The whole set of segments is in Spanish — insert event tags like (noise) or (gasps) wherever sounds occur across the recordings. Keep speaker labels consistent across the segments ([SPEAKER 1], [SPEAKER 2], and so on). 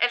[SPEAKER 1] El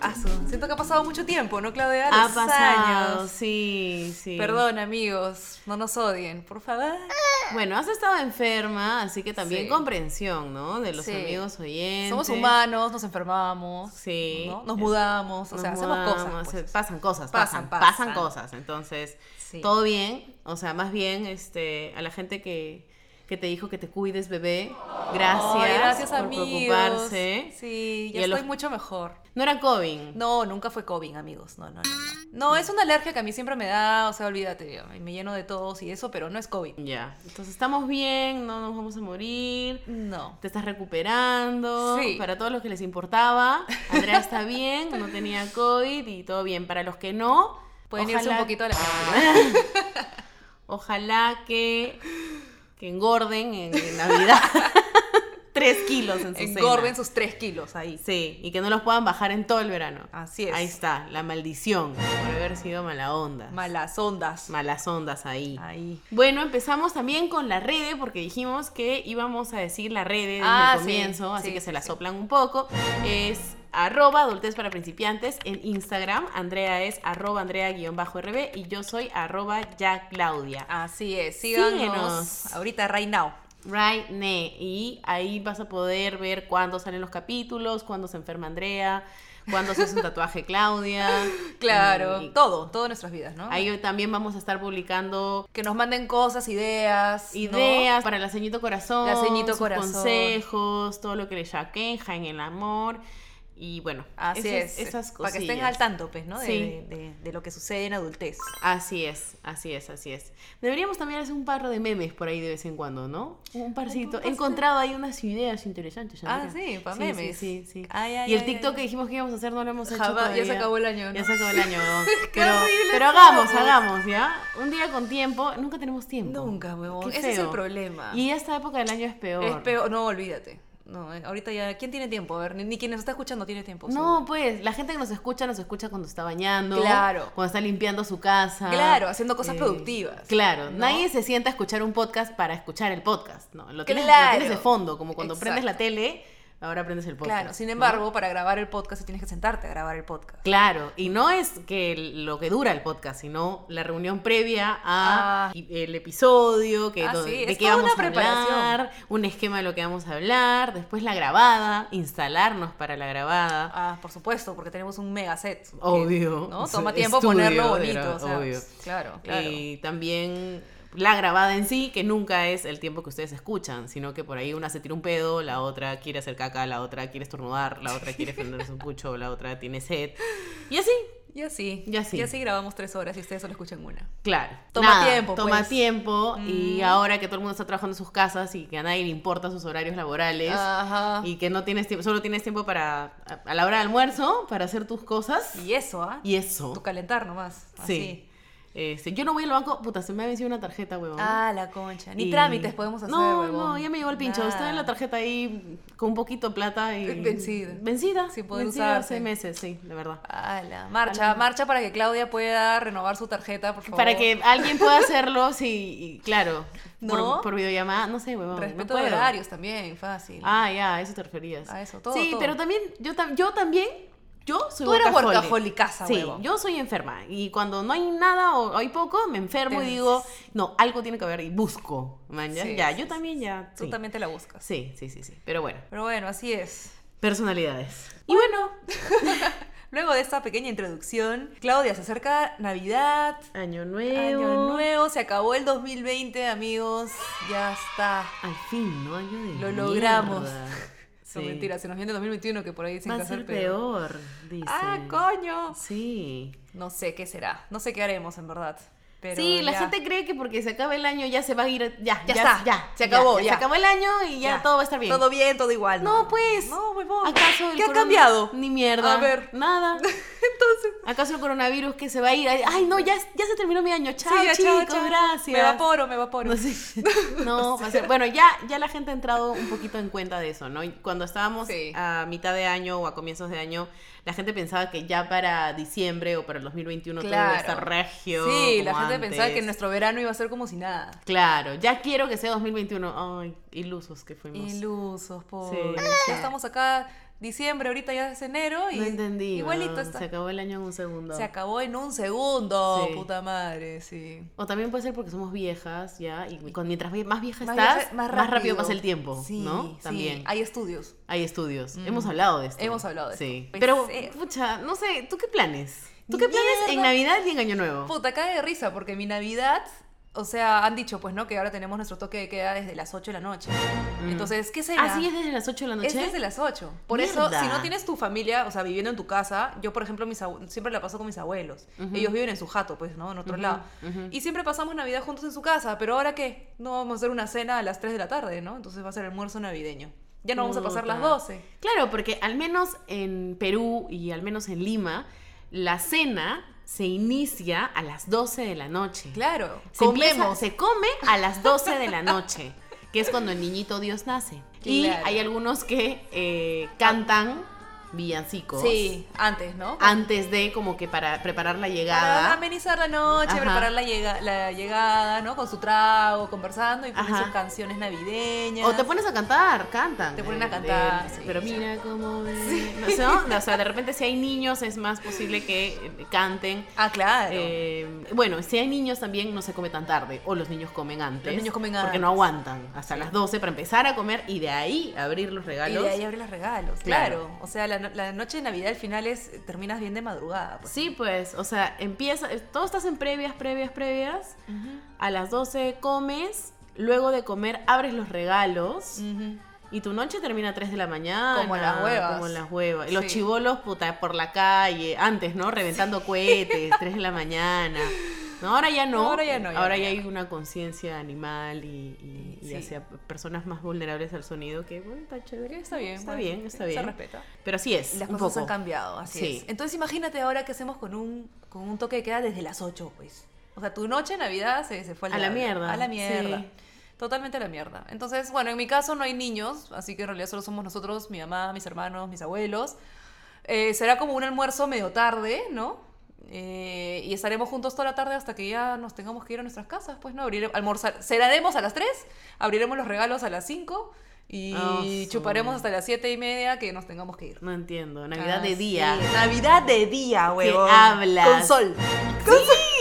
[SPEAKER 2] Asu. Siento que ha pasado mucho tiempo, ¿no, Claudia?
[SPEAKER 3] ha
[SPEAKER 2] Los
[SPEAKER 3] pasado,
[SPEAKER 2] años.
[SPEAKER 3] sí, sí.
[SPEAKER 2] Perdón, amigos. No nos odien, por favor.
[SPEAKER 3] Bueno, has estado enferma, así que también
[SPEAKER 2] Sí.
[SPEAKER 3] comprensión, ¿no? De los
[SPEAKER 2] Sí.
[SPEAKER 3] amigos oyentes.
[SPEAKER 2] Somos humanos, nos enfermos.
[SPEAKER 3] Sí.
[SPEAKER 2] ¿no? Nos mudamos, o
[SPEAKER 3] Nos
[SPEAKER 2] sea, hacemos
[SPEAKER 3] mudamos,
[SPEAKER 2] cosas.
[SPEAKER 3] se-
[SPEAKER 2] pues.
[SPEAKER 3] Pasan cosas, pasan,
[SPEAKER 2] Pasan,
[SPEAKER 3] pasan,
[SPEAKER 2] pasan.
[SPEAKER 3] cosas. Entonces,
[SPEAKER 2] Sí.
[SPEAKER 3] todo bien. O sea, más bien, este, a la gente que, que te dijo que te cuides, bebé, gracias,
[SPEAKER 2] Ay, gracias
[SPEAKER 3] por
[SPEAKER 2] amigos.
[SPEAKER 3] preocuparse.
[SPEAKER 2] Sí,
[SPEAKER 3] Y
[SPEAKER 2] ya
[SPEAKER 3] a
[SPEAKER 2] estoy
[SPEAKER 3] los-
[SPEAKER 2] mucho mejor.
[SPEAKER 3] No era COVID.
[SPEAKER 2] No, nunca fue COVID, amigos. No, no, no, no. No, es una alergia que a mí siempre me da, o sea, olvídate, yo me lleno de tos y eso, pero no es COVID.
[SPEAKER 3] Ya. Entonces, estamos bien, no nos vamos a morir.
[SPEAKER 2] No.
[SPEAKER 3] te estás recuperando.
[SPEAKER 2] Sí.
[SPEAKER 3] Para todos los que les importaba, Andrea está bien, no tenía COVID y todo bien. Para los que no,
[SPEAKER 2] Pueden irse
[SPEAKER 3] ojalá- Ah.
[SPEAKER 2] un poquito a la (laughs)
[SPEAKER 3] Ojalá que, que engorden en, en Navidad. (laughs) Tres kilos en su cena.
[SPEAKER 2] Engorden sus tres kilos ahí.
[SPEAKER 3] Sí, y que no los puedan bajar en todo el verano.
[SPEAKER 2] Así es.
[SPEAKER 3] Ahí está, la maldición por haber sido mala onda.
[SPEAKER 2] Malas ondas.
[SPEAKER 3] Malas ondas ahí.
[SPEAKER 2] Ahí.
[SPEAKER 3] Bueno, empezamos también con la red, porque dijimos que íbamos a decir la red desde
[SPEAKER 2] Ah,
[SPEAKER 3] el
[SPEAKER 2] sí,
[SPEAKER 3] comienzo, así
[SPEAKER 2] sí,
[SPEAKER 3] que se la
[SPEAKER 2] sí.
[SPEAKER 3] soplan un poco. Es arroba adultez para principiantes en Instagram. Andrea es arroba andrea-rb y yo soy arroba ya Claudia.
[SPEAKER 2] Así es, síganos,
[SPEAKER 3] Síguenos.
[SPEAKER 2] ahorita right now.
[SPEAKER 3] Right, ne. Y ahí vas a poder ver cuándo salen los capítulos, cuándo se enferma Andrea, cuándo se hace un tatuaje Claudia.
[SPEAKER 2] (laughs) Claro,
[SPEAKER 3] Y
[SPEAKER 2] todo, todo en nuestras vidas, ¿no?
[SPEAKER 3] Ahí también vamos a estar publicando
[SPEAKER 2] Que nos manden cosas, ideas, ¿no?
[SPEAKER 3] ideas para la ceñito corazón,
[SPEAKER 2] La ceñito
[SPEAKER 3] sus
[SPEAKER 2] corazón.
[SPEAKER 3] consejos, todo lo que le queja en el amor y bueno,
[SPEAKER 2] Así
[SPEAKER 3] esas-
[SPEAKER 2] es,
[SPEAKER 3] esas
[SPEAKER 2] para
[SPEAKER 3] cosas.
[SPEAKER 2] que estén al tanto, pues, ¿no? De,
[SPEAKER 3] Sí.
[SPEAKER 2] de- de- de lo que sucede en adultez.
[SPEAKER 3] Así es, así es, así es. Deberíamos también hacer un par de memes por ahí de vez en cuando, ¿no? Un parcito. He encontrado ahí unas ideas interesantes.
[SPEAKER 2] Ah,
[SPEAKER 3] Andrea.
[SPEAKER 2] sí, pa'
[SPEAKER 3] sí,
[SPEAKER 2] memes.
[SPEAKER 3] Sí, sí.
[SPEAKER 2] Ay, ay,
[SPEAKER 3] y el
[SPEAKER 2] ay,
[SPEAKER 3] TikTok
[SPEAKER 2] ay.
[SPEAKER 3] que dijimos que íbamos a hacer no lo hemos hecho.
[SPEAKER 2] Jabá- ya se
[SPEAKER 3] todavía.
[SPEAKER 2] acabó el año, ¿no?
[SPEAKER 3] Ya se acabó el año.
[SPEAKER 2] (laughs)
[SPEAKER 3] ¿no? pero,
[SPEAKER 2] horrible
[SPEAKER 3] pero hagamos,
[SPEAKER 2] estamos.
[SPEAKER 3] hagamos, ¿ya? Un día con tiempo. Nunca tenemos tiempo.
[SPEAKER 2] Nunca, huevón.
[SPEAKER 3] Qué
[SPEAKER 2] Ese es el
[SPEAKER 3] feo.
[SPEAKER 2] problema.
[SPEAKER 3] Y esta época del año es peor.
[SPEAKER 2] Es peor, no, olvídate. No, eh, ahorita ya, ¿quién tiene tiempo? A ver, ni, ni quien nos está escuchando tiene tiempo.
[SPEAKER 3] No,
[SPEAKER 2] seguro.
[SPEAKER 3] pues, la gente que nos escucha, nos escucha cuando está bañando.
[SPEAKER 2] Claro.
[SPEAKER 3] Cuando está limpiando su casa.
[SPEAKER 2] Claro, haciendo cosas productivas,
[SPEAKER 3] Ah, eh, Claro.
[SPEAKER 2] ¿no?
[SPEAKER 3] Nadie se sienta a escuchar un podcast para escuchar el podcast. No, lo tienes, lo
[SPEAKER 2] Claro.
[SPEAKER 3] tienes de fondo, como cuando prendes la
[SPEAKER 2] Exacto.
[SPEAKER 3] tele, ahora prendes el podcast.
[SPEAKER 2] Claro, sin
[SPEAKER 3] ¿no?
[SPEAKER 2] embargo, para grabar el podcast tienes que sentarte a grabar el podcast.
[SPEAKER 3] Claro, y no es que el- lo que dura el podcast, sino la reunión previa a
[SPEAKER 2] Ah.
[SPEAKER 3] y- el episodio, que
[SPEAKER 2] Ah,
[SPEAKER 3] do-
[SPEAKER 2] sí,
[SPEAKER 3] de
[SPEAKER 2] es
[SPEAKER 3] qué
[SPEAKER 2] toda
[SPEAKER 3] vamos
[SPEAKER 2] una
[SPEAKER 3] a hablar, un esquema de lo que vamos a hablar, después la grabada, instalarnos para la grabada.
[SPEAKER 2] Ah, por supuesto, porque tenemos un mega set. que,
[SPEAKER 3] Obvio.
[SPEAKER 2] ¿no?
[SPEAKER 3] O sea,
[SPEAKER 2] Toma tiempo
[SPEAKER 3] estudio,
[SPEAKER 2] ponerlo bonito.
[SPEAKER 3] era
[SPEAKER 2] o sea,
[SPEAKER 3] obvio. Eh,
[SPEAKER 2] Claro, claro.
[SPEAKER 3] Y también la grabada en sí, que nunca es el tiempo que ustedes escuchan, sino que por ahí una se tira un pedo, la otra quiere hacer caca, la otra quiere estornudar, la otra
[SPEAKER 2] (laughs)
[SPEAKER 3] quiere frenarse un pucho, la otra tiene sed. Y así,
[SPEAKER 2] Y así.
[SPEAKER 3] Y así.
[SPEAKER 2] Y así grabamos tres horas y ustedes solo escuchan una.
[SPEAKER 3] claro.
[SPEAKER 2] Toma tiempo,
[SPEAKER 3] Toma
[SPEAKER 2] pues. Mm.
[SPEAKER 3] tiempo. Y ahora que todo el mundo está trabajando en sus casas y que a nadie le importan sus horarios laborales.
[SPEAKER 2] Ah. Ajá. Y,
[SPEAKER 3] Y que no tienes tiempo, solo tienes tiempo para, a, a la hora del almuerzo, para hacer tus cosas.
[SPEAKER 2] eso, ¿ah?
[SPEAKER 3] Y eso.
[SPEAKER 2] Tu calentar nomás.
[SPEAKER 3] Sí.
[SPEAKER 2] Así.
[SPEAKER 3] Este, yo no voy al banco, puta, se me ha vencido una tarjeta, huevón.
[SPEAKER 2] Ah, la concha. Ni
[SPEAKER 3] Y-
[SPEAKER 2] trámites podemos hacer.
[SPEAKER 3] No,
[SPEAKER 2] huevón.
[SPEAKER 3] no, ya me llegó el pincho. Está en la
[SPEAKER 2] Nada. Eh,
[SPEAKER 3] tarjeta ahí con un poquito de plata y.
[SPEAKER 2] Vencida.
[SPEAKER 3] Vencida.
[SPEAKER 2] Sin poder
[SPEAKER 3] vencida
[SPEAKER 2] usarse.
[SPEAKER 3] hace meses, sí, de verdad.
[SPEAKER 2] Ala, marcha, marcha para que Claudia pueda renovar su tarjeta, por favor.
[SPEAKER 3] Para que alguien pueda hacerlo, sí, y
[SPEAKER 2] (laughs)
[SPEAKER 3] claro.
[SPEAKER 2] ¿No?
[SPEAKER 3] Por, por videollamada, no sé, huevón. no
[SPEAKER 2] Respeto
[SPEAKER 3] puedo.
[SPEAKER 2] de horarios también, fácil.
[SPEAKER 3] Ah, ya, a eso te referías.
[SPEAKER 2] A eso, todo,
[SPEAKER 3] Sí,
[SPEAKER 2] todo.
[SPEAKER 3] pero también, yo, tam- yo también, yo soy
[SPEAKER 2] Tú eres
[SPEAKER 3] workaholic.
[SPEAKER 2] workaholicaza,
[SPEAKER 3] Sí,
[SPEAKER 2] huevón.
[SPEAKER 3] yo soy enferma. Y cuando no hay nada o hay poco, me enfermo
[SPEAKER 2] Te-
[SPEAKER 3] y digo, no, algo tiene que haber y busco. man, ya,
[SPEAKER 2] Sí,
[SPEAKER 3] ya,
[SPEAKER 2] sí,
[SPEAKER 3] yo
[SPEAKER 2] sí,
[SPEAKER 3] también ya.
[SPEAKER 2] Tú
[SPEAKER 3] sí.
[SPEAKER 2] también te la buscas.
[SPEAKER 3] Sí, sí, sí, sí. Pero bueno,
[SPEAKER 2] Pero bueno, así es.
[SPEAKER 3] personalidades. Y bueno,
[SPEAKER 2] (laughs) Luego de esta pequeña introducción, Claudia, se acerca Navidad,
[SPEAKER 3] año nuevo.
[SPEAKER 2] Año Nuevo, se acabó el 2020, amigos. Ya está.
[SPEAKER 3] Al fin, ¿no? Año de
[SPEAKER 2] Lo logramos.
[SPEAKER 3] mierda. Sí.
[SPEAKER 2] (laughs) No, mentira, se nos viene el 2021 que por ahí dicen
[SPEAKER 3] Va
[SPEAKER 2] que
[SPEAKER 3] a
[SPEAKER 2] hacer
[SPEAKER 3] ser peor, dice.
[SPEAKER 2] ¡Ah, coño!
[SPEAKER 3] Sí.
[SPEAKER 2] No sé qué será. No sé qué haremos, en verdad. Pero
[SPEAKER 3] sí, la
[SPEAKER 2] ya.
[SPEAKER 3] gente cree que porque se acaba el año ya se va a ir. Ya,
[SPEAKER 2] Ya está,
[SPEAKER 3] Ya,
[SPEAKER 2] se acabó, ya.
[SPEAKER 3] Se acabó el año y ya, todo va a estar bien.
[SPEAKER 2] Todo bien, todo igual.
[SPEAKER 3] No, pues.
[SPEAKER 2] No, huevón.
[SPEAKER 3] ¿Acaso el
[SPEAKER 2] ¿Qué ha
[SPEAKER 3] corona-
[SPEAKER 2] cambiado?
[SPEAKER 3] Ni mierda.
[SPEAKER 2] A ver.
[SPEAKER 3] Nada.
[SPEAKER 2] (laughs) Entonces,
[SPEAKER 3] ¿Acaso el coronavirus que se va a ir? Ay, ay, no, ya, ya se terminó mi año. Chao,
[SPEAKER 2] Sí, ya,
[SPEAKER 3] chicos,
[SPEAKER 2] chao, chao.
[SPEAKER 3] gracias.
[SPEAKER 2] Me vaporo, me vaporo.
[SPEAKER 3] No, sé. (laughs) No, va a ser- Bueno, ya, ya la gente ha entrado un poquito en cuenta de eso, ¿no? Y Cuando estábamos
[SPEAKER 2] Sí.
[SPEAKER 3] a mitad de año o a comienzos de año, la gente pensaba que ya para diciembre o para el 2021 todo iba a
[SPEAKER 2] Claro.
[SPEAKER 3] estar regio.
[SPEAKER 2] Sí, la
[SPEAKER 3] como
[SPEAKER 2] gente pensaba que
[SPEAKER 3] antes.
[SPEAKER 2] nuestro verano iba a ser como si nada.
[SPEAKER 3] Claro, ya quiero que sea 2021. Ay, ilusos que fuimos.
[SPEAKER 2] Ilusos, por
[SPEAKER 3] Sí, sí.
[SPEAKER 2] Ya estamos acá diciembre, ahorita ya es enero y
[SPEAKER 3] no entendí.
[SPEAKER 2] igualito
[SPEAKER 3] weón.
[SPEAKER 2] está.
[SPEAKER 3] Se acabó el año en un segundo.
[SPEAKER 2] Se acabó en un segundo,
[SPEAKER 3] Sí.
[SPEAKER 2] puta madre, sí.
[SPEAKER 3] O también puede ser porque somos viejas, ya, y con, mientras vie- más vieja
[SPEAKER 2] Más
[SPEAKER 3] estás,
[SPEAKER 2] viaje-
[SPEAKER 3] más, rápido. pasa el tiempo,
[SPEAKER 2] Sí,
[SPEAKER 3] ¿no?
[SPEAKER 2] sí,
[SPEAKER 3] También. hay...
[SPEAKER 2] Hay estudios.
[SPEAKER 3] estudios. Hemos hablado de esto.
[SPEAKER 2] Hemos hablado de
[SPEAKER 3] Sí.
[SPEAKER 2] esto. Pues,
[SPEAKER 3] Pero,
[SPEAKER 2] eh.
[SPEAKER 3] pucha, no sé, ¿tú qué planes? ¿Tú
[SPEAKER 2] Ni
[SPEAKER 3] qué planes en
[SPEAKER 2] mierda.
[SPEAKER 3] Navidad y en Año Nuevo?
[SPEAKER 2] Puta, cae de risa porque mi Navidad, o sea, han dicho pues no que ahora tenemos nuestro toque de queda desde las 8 de la noche.
[SPEAKER 3] Mm.
[SPEAKER 2] Entonces, ¿qué será?
[SPEAKER 3] Así es desde las 8 de la noche.
[SPEAKER 2] Es desde las 8. Por eso,
[SPEAKER 3] Mierda.
[SPEAKER 2] si no tienes tu familia, o sea, viviendo en tu casa, yo, por ejemplo, mis abue- siempre la paso con mis abuelos.
[SPEAKER 3] Ujú.
[SPEAKER 2] Ellos viven en su jato, pues, ¿no? En otro lado.
[SPEAKER 3] ujú.
[SPEAKER 2] Y siempre pasamos Navidad juntos en su casa, pero ahora qué? No vamos a hacer una cena a las 3 de la tarde, ¿no? Entonces va a ser almuerzo navideño. Ya no vamos a pasar las
[SPEAKER 3] Puta.
[SPEAKER 2] 12.
[SPEAKER 3] Claro, porque al menos en Perú y al menos en Lima, la cena se inicia a las 12 de la noche.
[SPEAKER 2] Claro.
[SPEAKER 3] se empieza-
[SPEAKER 2] comemos.
[SPEAKER 3] se come a las 12 de la noche, que es cuando el niñito Dios nace. Y
[SPEAKER 2] Claro.
[SPEAKER 3] hay algunos que eh, cantan villancicos
[SPEAKER 2] Sí, antes, ¿no?
[SPEAKER 3] antes de como que para preparar la
[SPEAKER 2] Para
[SPEAKER 3] llegada.
[SPEAKER 2] amenizar la noche,
[SPEAKER 3] Ajá.
[SPEAKER 2] preparar la, llega- la llegada, ¿no? Con su trago, conversando y ponen
[SPEAKER 3] Ajá.
[SPEAKER 2] sus canciones navideñas.
[SPEAKER 3] O te pones a cantar, cantan. Eh,
[SPEAKER 2] Te ponen a cantar, sí.
[SPEAKER 3] pero mira cómo ven. (laughs) ¿No? O sea, de repente si hay niños es más posible que eh, canten.
[SPEAKER 2] Ah, claro.
[SPEAKER 3] Eh, bueno, si hay niños también no se come tan tarde, o los niños comen antes.
[SPEAKER 2] Los niños comen
[SPEAKER 3] Porque
[SPEAKER 2] antes.
[SPEAKER 3] no aguantan hasta las 12 para empezar a comer y de ahí abrir los
[SPEAKER 2] Y
[SPEAKER 3] regalos.
[SPEAKER 2] de ahí abres los regalos,
[SPEAKER 3] Claro.
[SPEAKER 2] claro. O sea, la, no- la noche de Navidad al final es terminas bien de madrugada. pues.
[SPEAKER 3] Sí, pues, o sea, empieza, eh, todo estás en previas, previas, previas. A las 12 comes, luego de comer abres los regalos
[SPEAKER 2] Ujú.
[SPEAKER 3] y tu noche termina a 3 de la mañana.
[SPEAKER 2] Como las huevas.
[SPEAKER 3] Como las huevas. Y Los
[SPEAKER 2] Sí.
[SPEAKER 3] chivolos, puta, por la calle, antes, ¿no? Reventando
[SPEAKER 2] (laughs)
[SPEAKER 3] cohetes, 3 de la mañana. No, ahora ya no.
[SPEAKER 2] No, ahora ya no, ya
[SPEAKER 3] ahora
[SPEAKER 2] no,
[SPEAKER 3] ya
[SPEAKER 2] ya
[SPEAKER 3] hay una conciencia animal y, y- y
[SPEAKER 2] Sí.
[SPEAKER 3] hacia personas más vulnerables al sonido que, bueno, está chévere.
[SPEAKER 2] Está bien,
[SPEAKER 3] Está
[SPEAKER 2] bueno,
[SPEAKER 3] bien, está
[SPEAKER 2] Se
[SPEAKER 3] bien.
[SPEAKER 2] respeta.
[SPEAKER 3] Pero así es.
[SPEAKER 2] Las
[SPEAKER 3] un
[SPEAKER 2] cosas
[SPEAKER 3] poco.
[SPEAKER 2] han cambiado, así
[SPEAKER 3] Sí.
[SPEAKER 2] es. Entonces imagínate ahora qué hacemos con un, con un toque de queda desde las 8, pues. O sea, tu noche de Navidad se, se fue al
[SPEAKER 3] A la
[SPEAKER 2] diablo.
[SPEAKER 3] mierda,
[SPEAKER 2] A la mierda.
[SPEAKER 3] sí.
[SPEAKER 2] Totalmente a la mierda. Entonces, bueno, en mi caso no hay niños, así que en realidad solo somos nosotros, mi mamá, mis hermanos, mis abuelos. Eh, será como un almuerzo medio tarde, ¿no? Eh, y estaremos juntos toda la tarde hasta que ya nos tengamos que ir a nuestras casas, pues, ¿no? Abriremos, almorzar, cenaremos a las 3, abriremos los regalos a las 5 y
[SPEAKER 3] Ah, su-
[SPEAKER 2] chuparemos hasta las 7 y media que nos tengamos que ir.
[SPEAKER 3] No entiendo. Navidad de
[SPEAKER 2] Así (laughs)
[SPEAKER 3] día.
[SPEAKER 2] es. Navidad de día, huevón.
[SPEAKER 3] hablas?
[SPEAKER 2] Con sol.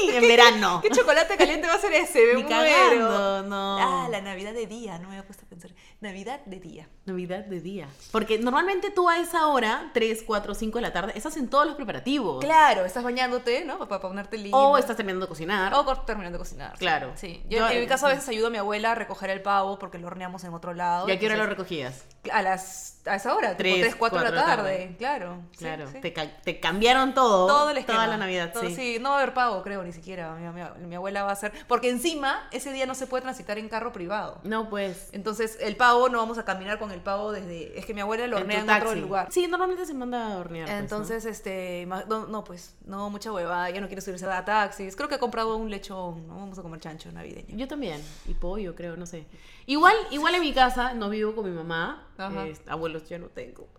[SPEAKER 3] Sí, en verano.
[SPEAKER 2] ¿Qué chocolate caliente va a ser ese?
[SPEAKER 3] Ni
[SPEAKER 2] Me muero.
[SPEAKER 3] cagando, no.
[SPEAKER 2] Ah, la Navidad de día, no me había puesto a pensar. Navidad de día.
[SPEAKER 3] Navidad de día. Porque normalmente tú a esa hora, 3, 4, 5 de la tarde, estás en todos los preparativos.
[SPEAKER 2] Claro, estás bañándote, ¿no? Para ponerte lindo.
[SPEAKER 3] O Oh, estás terminando de cocinar.
[SPEAKER 2] O cor- terminando de cocinar.
[SPEAKER 3] Claro.
[SPEAKER 2] Sí. Yo,
[SPEAKER 3] Yo- eh, mm.
[SPEAKER 2] en mi caso a veces ayudo a mi abuela a recoger el pavo porque lo horneamos en otro lado.
[SPEAKER 3] ¿Y a qué hora lo
[SPEAKER 2] entonces-
[SPEAKER 3] recogías?
[SPEAKER 2] A las a esa hora,
[SPEAKER 3] Tres,
[SPEAKER 2] tipo 3, 4 de la
[SPEAKER 3] cuatro de la
[SPEAKER 2] tarde.
[SPEAKER 3] tarde.
[SPEAKER 2] Claro. sí,
[SPEAKER 3] Claro.
[SPEAKER 2] sí.
[SPEAKER 3] Te, ca- te cambiaron todo.
[SPEAKER 2] todo el esquema.
[SPEAKER 3] Toda la Navidad,
[SPEAKER 2] Todo-
[SPEAKER 3] sí.
[SPEAKER 2] No va a haber pago, creo, ni siquiera. Mi, mi- mi abuela va a hacer. Porque encima, ese día no se puede transitar en carro privado.
[SPEAKER 3] No, pues.
[SPEAKER 2] Entonces, el pavo no vamos a caminar con el pavo desde. Es que mi abuela lo
[SPEAKER 3] en tu
[SPEAKER 2] hornea en, otro
[SPEAKER 3] taxi.
[SPEAKER 2] lugar.
[SPEAKER 3] Sí, normalmente se manda a hornear. pues, ¿no?
[SPEAKER 2] Entonces, este. ma- No, no, pues, no, mucha huevada. Ya no quiero subirse a taxis. Creo que he comprado un lechón, ¿no? Vamos a comer chancho navideño.
[SPEAKER 3] Yo también, y pollo creo, no sé. Igual, igual en mi casa no vivo con mi mamá,
[SPEAKER 2] Ajá.
[SPEAKER 3] eh, abuelos ya no tengo.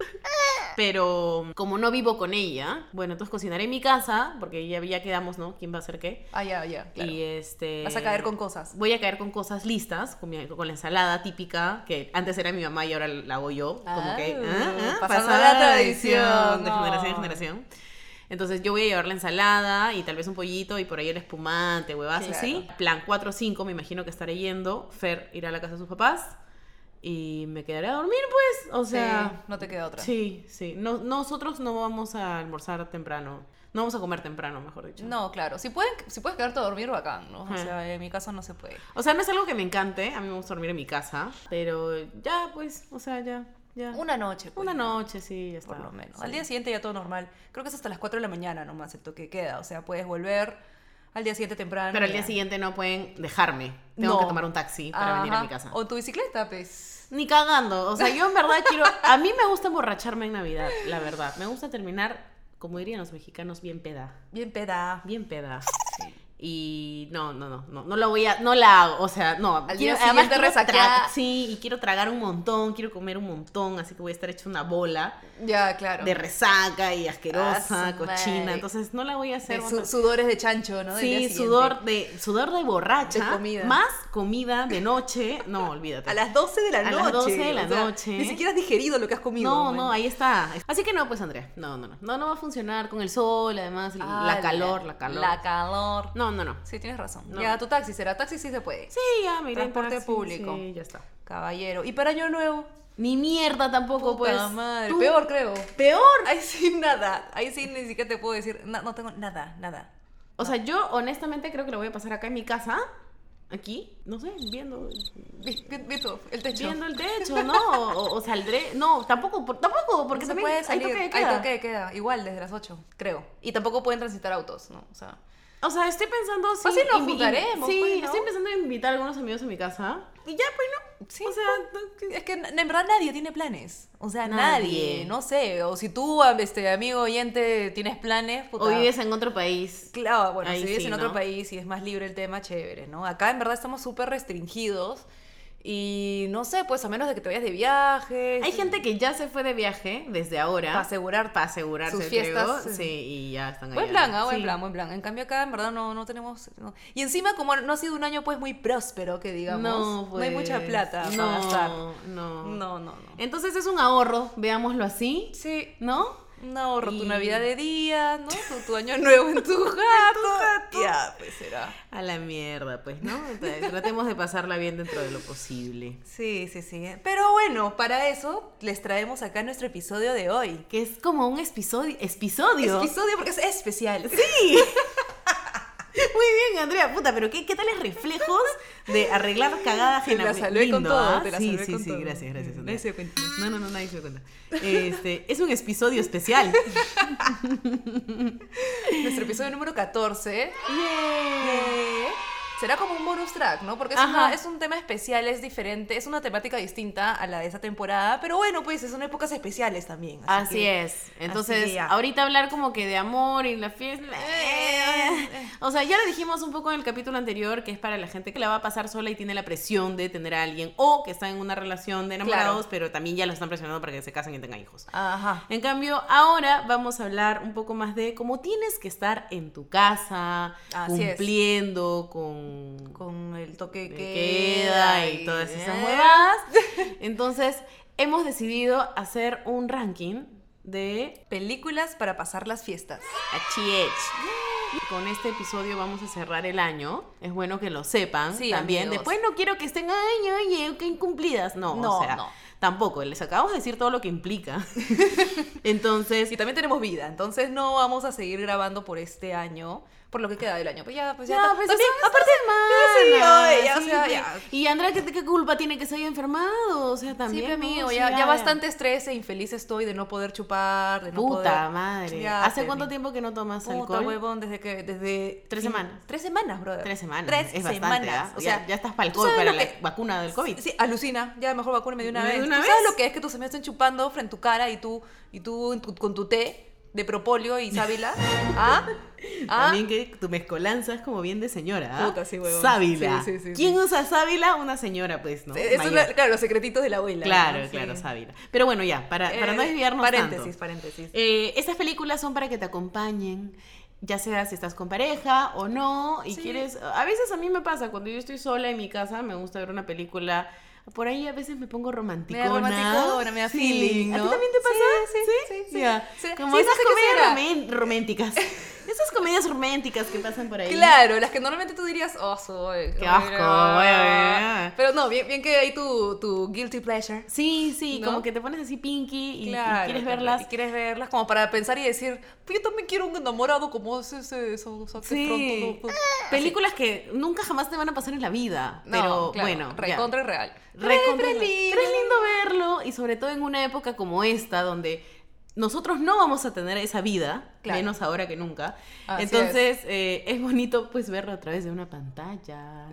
[SPEAKER 3] Pero como no vivo con ella, bueno, entonces cocinaré en mi casa, porque ya, ya quedamos, ¿no? ¿Quién va a hacer qué?
[SPEAKER 2] Ah, ya, ya. claro.
[SPEAKER 3] Y este...
[SPEAKER 2] Vas a caer con cosas.
[SPEAKER 3] Voy a caer con cosas listas, con, mi- con la ensalada típica, que antes era mi mamá y ahora la hago yo. Como
[SPEAKER 2] Ah,
[SPEAKER 3] que... ah, ah,
[SPEAKER 2] pasando
[SPEAKER 3] pasada
[SPEAKER 2] la tradición,
[SPEAKER 3] de
[SPEAKER 2] no.
[SPEAKER 3] generación en generación. Entonces yo voy a llevar la ensalada y tal vez un pollito y por ahí el espumante, huevas
[SPEAKER 2] Claro.
[SPEAKER 3] así. Plan 4 o 5, me imagino que estaré yendo. Fer irá a la casa de sus papás y me quedaré a dormir, pues. O
[SPEAKER 2] Sí,
[SPEAKER 3] sea,
[SPEAKER 2] no te queda otra.
[SPEAKER 3] sí, sí. No, nosotros no vamos a almorzar temprano. No vamos a comer temprano, mejor dicho.
[SPEAKER 2] No, claro. Si, pueden, si puedes quedarte a dormir, bacán, ¿no?
[SPEAKER 3] Ajá.
[SPEAKER 2] O sea, en mi caso no se puede.
[SPEAKER 3] O sea, no es algo que me encante. A mí me gusta dormir en mi casa. Pero ya, pues, o sea, ya. ya.
[SPEAKER 2] Una noche. pues,
[SPEAKER 3] Una
[SPEAKER 2] ¿no?
[SPEAKER 3] noche, sí, ya está.
[SPEAKER 2] por lo menos.
[SPEAKER 3] Sí.
[SPEAKER 2] Al día siguiente ya todo normal. Creo que es hasta las 4 de la mañana nomás el toque de queda. O sea, puedes volver al día siguiente temprano.
[SPEAKER 3] Pero al
[SPEAKER 2] ya.
[SPEAKER 3] día siguiente no pueden dejarme. Tengo
[SPEAKER 2] No.
[SPEAKER 3] que tomar un taxi para venir a
[SPEAKER 2] Ajá.
[SPEAKER 3] mi casa.
[SPEAKER 2] O tu bicicleta, pues.
[SPEAKER 3] Ni cagando. O sea, yo en verdad quiero. A mí me gusta emborracharme en Navidad, la verdad. Me gusta terminar como dirían los mexicanos, bien peda.
[SPEAKER 2] Bien peda.
[SPEAKER 3] Bien peda. Y no, no, no, no, no la voy a, no la hago, o sea, no.
[SPEAKER 2] Al día siguiente resacada.
[SPEAKER 3] tra- Sí, y quiero tragar un montón, quiero comer un montón, así que voy a estar hecha una bola
[SPEAKER 2] Ya, claro.
[SPEAKER 3] de resaca y asquerosa,
[SPEAKER 2] Ah, su
[SPEAKER 3] cochina.
[SPEAKER 2] madre.
[SPEAKER 3] Entonces no la voy a
[SPEAKER 2] De
[SPEAKER 3] hacer.
[SPEAKER 2] su-
[SPEAKER 3] vamos a-
[SPEAKER 2] sudores de chancho, ¿no? Del día
[SPEAKER 3] Sí,
[SPEAKER 2] siguiente.
[SPEAKER 3] sudor de, sudor de borracha.
[SPEAKER 2] De comida.
[SPEAKER 3] Más comida de noche. No, olvídate.
[SPEAKER 2] A las 12 de la
[SPEAKER 3] A
[SPEAKER 2] noche.
[SPEAKER 3] las 12 de la
[SPEAKER 2] o sea,
[SPEAKER 3] noche.
[SPEAKER 2] Ni siquiera has digerido lo que has comido.
[SPEAKER 3] No,
[SPEAKER 2] man.
[SPEAKER 3] no, ahí está. Así que no, pues Andrea. No, no, no. No, no va a funcionar con el sol, además, el-
[SPEAKER 2] Ah,
[SPEAKER 3] la calor, la calor.
[SPEAKER 2] La calor.
[SPEAKER 3] No, no, no.
[SPEAKER 2] Sí, tienes razón.
[SPEAKER 3] No.
[SPEAKER 2] Ya, tu taxi será. Taxi sí se puede.
[SPEAKER 3] Sí, ya, mira.
[SPEAKER 2] Transporte público.
[SPEAKER 3] Sí, ya está.
[SPEAKER 2] Caballero. ¿Y para Año Nuevo?
[SPEAKER 3] Ni mierda tampoco,
[SPEAKER 2] Puta
[SPEAKER 3] pues.
[SPEAKER 2] madre.
[SPEAKER 3] Tú-
[SPEAKER 2] Peor, creo.
[SPEAKER 3] Peor.
[SPEAKER 2] Ahí sí, nada. Ahí sí, ni siquiera te puedo decir. na- no tengo nada, nada.
[SPEAKER 3] O sea, yo honestamente creo que lo voy a pasar acá en mi casa. Aquí, no sé, viendo,
[SPEAKER 2] Vi- vi- vi tú, el techo.
[SPEAKER 3] viendo el techo, ¿no? O, o saldré. No, tampoco, por- tampoco, porque
[SPEAKER 2] No se
[SPEAKER 3] también
[SPEAKER 2] puede salir.
[SPEAKER 3] hay toque de
[SPEAKER 2] Hay
[SPEAKER 3] queda.
[SPEAKER 2] toque de queda. Igual, desde las 8, creo. Y tampoco pueden transitar autos, ¿no? O sea.
[SPEAKER 3] O sea, estoy pensando si...
[SPEAKER 2] Pues sí, nos
[SPEAKER 3] invi-
[SPEAKER 2] juntaremos,
[SPEAKER 3] Sí,
[SPEAKER 2] pues, ¿no?
[SPEAKER 3] estoy pensando en invitar a algunos amigos a mi casa. Y ya, pues no.
[SPEAKER 2] Sí,
[SPEAKER 3] o sea, no- que-
[SPEAKER 2] Es que n- en verdad nadie tiene planes. O sea, nadie.
[SPEAKER 3] Nadie.
[SPEAKER 2] No sé. O si tú, am- este amigo oyente, tienes planes. Puta.
[SPEAKER 3] o vives en otro país.
[SPEAKER 2] Claro, bueno,
[SPEAKER 3] Ahí
[SPEAKER 2] si vives
[SPEAKER 3] sí,
[SPEAKER 2] en otro
[SPEAKER 3] ¿no?
[SPEAKER 2] país y es más libre el tema, chévere, ¿no? Acá en verdad estamos súper restringidos. Y no sé, pues a menos de que te vayas de viaje.
[SPEAKER 3] Hay gente que ya se fue de viaje desde ahora.
[SPEAKER 2] Para asegurar.
[SPEAKER 3] Para asegurarse,
[SPEAKER 2] Sus fiestas,
[SPEAKER 3] creo.
[SPEAKER 2] sí.
[SPEAKER 3] Sí, y ya están
[SPEAKER 2] Buen
[SPEAKER 3] allá,
[SPEAKER 2] plan,
[SPEAKER 3] ¿no?
[SPEAKER 2] ah, buen
[SPEAKER 3] Sí.
[SPEAKER 2] plan, buen plan. En cambio acá en verdad no, no tenemos... no. Y encima como no ha sido un año pues muy próspero, que digamos.
[SPEAKER 3] No,
[SPEAKER 2] hay
[SPEAKER 3] pues,
[SPEAKER 2] mucha plata
[SPEAKER 3] no,
[SPEAKER 2] para gastar.
[SPEAKER 3] No.
[SPEAKER 2] No, no, no.
[SPEAKER 3] Entonces es un ahorro, veámoslo así,
[SPEAKER 2] Sí,
[SPEAKER 3] ¿no?
[SPEAKER 2] un ahorro, tu
[SPEAKER 3] Y-
[SPEAKER 2] Navidad de día, ¿no? Tu, tu año nuevo (laughs) en tu gato. ya, pues será.
[SPEAKER 3] A la mierda, pues, (laughs) ¿no? Tra- Tratemos de pasarla bien dentro de lo posible.
[SPEAKER 2] Sí, sí, sí. Pero bueno, para eso les traemos acá nuestro episodio de hoy.
[SPEAKER 3] Que es como un episodio. ¿Episodio?
[SPEAKER 2] Episodio porque es especial.
[SPEAKER 3] Muy bien, Andrea, puta, pero ¿qué, qué tales reflejos de arreglar cagada
[SPEAKER 2] Te
[SPEAKER 3] ajena?
[SPEAKER 2] la salvé con
[SPEAKER 3] Lindo,
[SPEAKER 2] todo,
[SPEAKER 3] ¿ah?
[SPEAKER 2] te la
[SPEAKER 3] sí,
[SPEAKER 2] salvé
[SPEAKER 3] sí,
[SPEAKER 2] con
[SPEAKER 3] sí,
[SPEAKER 2] todo.
[SPEAKER 3] gracias, gracias. Andrea.
[SPEAKER 2] Nadie se dio cuenta.
[SPEAKER 3] No, no, no, nadie se dio cuenta. Este, es un episodio (laughs) especial.
[SPEAKER 2] Nuestro episodio número 14.
[SPEAKER 3] ¡Yay!
[SPEAKER 2] eh, Será como un bonus track, ¿no? Porque es,
[SPEAKER 3] Ajá.
[SPEAKER 2] una- es un tema especial, es diferente, es una temática distinta a la de esa temporada, pero bueno, pues son épocas especiales también.
[SPEAKER 3] Así
[SPEAKER 2] que-
[SPEAKER 3] es. Entonces,
[SPEAKER 2] que ya.
[SPEAKER 3] ahorita hablar como que de amor y la fiesta. eh, (laughs) O sea, ya lo dijimos un poco en el capítulo anterior, que es para la gente que la va a pasar sola y tiene la presión de tener a alguien o que está en una relación de enamorados,
[SPEAKER 2] Claro.
[SPEAKER 3] pero también ya lo están presionando para que se casen y tengan hijos.
[SPEAKER 2] Ajá.
[SPEAKER 3] En cambio, ahora vamos a hablar un poco más de cómo tienes que estar en tu casa,
[SPEAKER 2] Así es.
[SPEAKER 3] cumpliendo con,
[SPEAKER 2] Con el
[SPEAKER 3] de
[SPEAKER 2] toque que
[SPEAKER 3] queda y todas esas
[SPEAKER 2] eh, (laughs)
[SPEAKER 3] huevadas. Entonces, hemos decidido hacer un ranking de
[SPEAKER 2] Películas para pasar las fiestas.
[SPEAKER 3] HH. Con este episodio vamos a cerrar el año. Es bueno que lo sepan
[SPEAKER 2] Sí,
[SPEAKER 3] también.
[SPEAKER 2] amigos.
[SPEAKER 3] Después no quiero que estén, ay, ay, qué incumplidas. No,
[SPEAKER 2] No,
[SPEAKER 3] o sea,
[SPEAKER 2] no.
[SPEAKER 3] tampoco. Les acabamos de decir todo lo que
[SPEAKER 2] (laughs)
[SPEAKER 3] implica. Entonces,
[SPEAKER 2] Y también tenemos vida, entonces no vamos a seguir grabando por este año, por lo que queda del año. Pues ya, pues ya.
[SPEAKER 3] Ya,
[SPEAKER 2] ta-
[SPEAKER 3] pues,
[SPEAKER 2] también,
[SPEAKER 3] sí, aparte
[SPEAKER 2] sí,
[SPEAKER 3] es
[SPEAKER 2] sí, oye, ya, o sea,
[SPEAKER 3] pues.
[SPEAKER 2] ya.
[SPEAKER 3] Y Andrea, ¿qué, qué culpa tiene que se haya enfermado? O sea, también.
[SPEAKER 2] Sí,
[SPEAKER 3] ¿no?
[SPEAKER 2] pe, amigo,
[SPEAKER 3] Sí,
[SPEAKER 2] ya, ya bastante estrés e infeliz estoy de no poder chupar, de no
[SPEAKER 3] Puta
[SPEAKER 2] poder...
[SPEAKER 3] madre.
[SPEAKER 2] Ya,
[SPEAKER 3] ¿Hace
[SPEAKER 2] pe,
[SPEAKER 3] cuánto
[SPEAKER 2] mi-
[SPEAKER 3] tiempo que no tomas
[SPEAKER 2] Puta,
[SPEAKER 3] alcohol?
[SPEAKER 2] huevón, desde que... Desde...
[SPEAKER 3] Tres
[SPEAKER 2] sí,
[SPEAKER 3] semanas.
[SPEAKER 2] Tres semanas, brother.
[SPEAKER 3] Tres semanas.
[SPEAKER 2] Tres
[SPEAKER 3] es
[SPEAKER 2] semanas.
[SPEAKER 3] bastante. ¿ah?
[SPEAKER 2] O
[SPEAKER 3] Ya-
[SPEAKER 2] sea,
[SPEAKER 3] ya, estás para el
[SPEAKER 2] ¿tú
[SPEAKER 3] COVID,
[SPEAKER 2] sabes
[SPEAKER 3] para
[SPEAKER 2] lo
[SPEAKER 3] la
[SPEAKER 2] que-
[SPEAKER 3] vacuna del COVID.
[SPEAKER 2] Sí, alucina, ya mejor vacúname de una
[SPEAKER 3] ¿De
[SPEAKER 2] vez.
[SPEAKER 3] una
[SPEAKER 2] ¿Tú sabes
[SPEAKER 3] vez?
[SPEAKER 2] lo que es que tus amigos estén chupando frente a tu cara y tú, y tú en tu- con tu té de propóleo y
[SPEAKER 3] (laughs)
[SPEAKER 2] sábila? ¿Ah? ¿Ah?
[SPEAKER 3] También que tu mezcolanza es como bien de señora. ¿ah?
[SPEAKER 2] Puta, sí, huevón.
[SPEAKER 3] Sábila.
[SPEAKER 2] Sí, sí, sí,
[SPEAKER 3] ¿Quién
[SPEAKER 2] sí.
[SPEAKER 3] usa sábila? Una señora, pues, ¿no?
[SPEAKER 2] Eh, Eso es
[SPEAKER 3] Mayor.
[SPEAKER 2] la- claro, los secretitos de la abuela.
[SPEAKER 3] Claro,
[SPEAKER 2] ¿no?
[SPEAKER 3] claro,
[SPEAKER 2] Sí.
[SPEAKER 3] sábila. Pero bueno, ya, para, para no
[SPEAKER 2] Eh,
[SPEAKER 3] desviarnos
[SPEAKER 2] Paréntesis,
[SPEAKER 3] tanto.
[SPEAKER 2] paréntesis.
[SPEAKER 3] Eh, estas películas son para que te acompañen, ya sea si estás con pareja o no, y
[SPEAKER 2] Sí.
[SPEAKER 3] quieres... A veces a mí me pasa, cuando yo estoy sola en mi casa, me gusta ver una película... Por ahí a veces me pongo romanticona.
[SPEAKER 2] romanticona, me da
[SPEAKER 3] Sí.
[SPEAKER 2] feeling,
[SPEAKER 3] ¿A ti
[SPEAKER 2] ¿no?
[SPEAKER 3] también te
[SPEAKER 2] Sí,
[SPEAKER 3] pasa?
[SPEAKER 2] sí, sí, sí.
[SPEAKER 3] Ya.
[SPEAKER 2] Sí,
[SPEAKER 3] Como
[SPEAKER 2] sí, no
[SPEAKER 3] esas
[SPEAKER 2] sé qué será.
[SPEAKER 3] comedias romén-
[SPEAKER 2] (laughs)
[SPEAKER 3] románticas. esas comedias románticas que pasan por ahí.
[SPEAKER 2] Claro, las que normalmente tú dirías, oh, soy.
[SPEAKER 3] Qué asco, güey.
[SPEAKER 2] Pero no, bien, bien que hay tu, tu guilty pleasure.
[SPEAKER 3] Sí, sí,
[SPEAKER 2] ¿No?
[SPEAKER 3] como que te pones así pinky y- y,
[SPEAKER 2] Claro,
[SPEAKER 3] quieres
[SPEAKER 2] claro,
[SPEAKER 3] verlas.
[SPEAKER 2] y quieres verlas como para pensar y decir, pues yo también quiero un enamorado como ese, ese, eso, saque
[SPEAKER 3] Sí.
[SPEAKER 2] pronto, no,
[SPEAKER 3] Películas que nunca jamás te van a pasar en la vida.
[SPEAKER 2] No,
[SPEAKER 3] Pero
[SPEAKER 2] claro,
[SPEAKER 3] bueno. ya.
[SPEAKER 2] Recontra y real.
[SPEAKER 3] Recontra-
[SPEAKER 2] Re, re lindo.
[SPEAKER 3] Pero es lindo verlo y sobre todo en una época como esta donde nosotros no vamos a tener esa vida
[SPEAKER 2] Claro.
[SPEAKER 3] menos ahora que nunca.
[SPEAKER 2] Así
[SPEAKER 3] Entonces eh, es bonito pues verlo a través de una pantalla.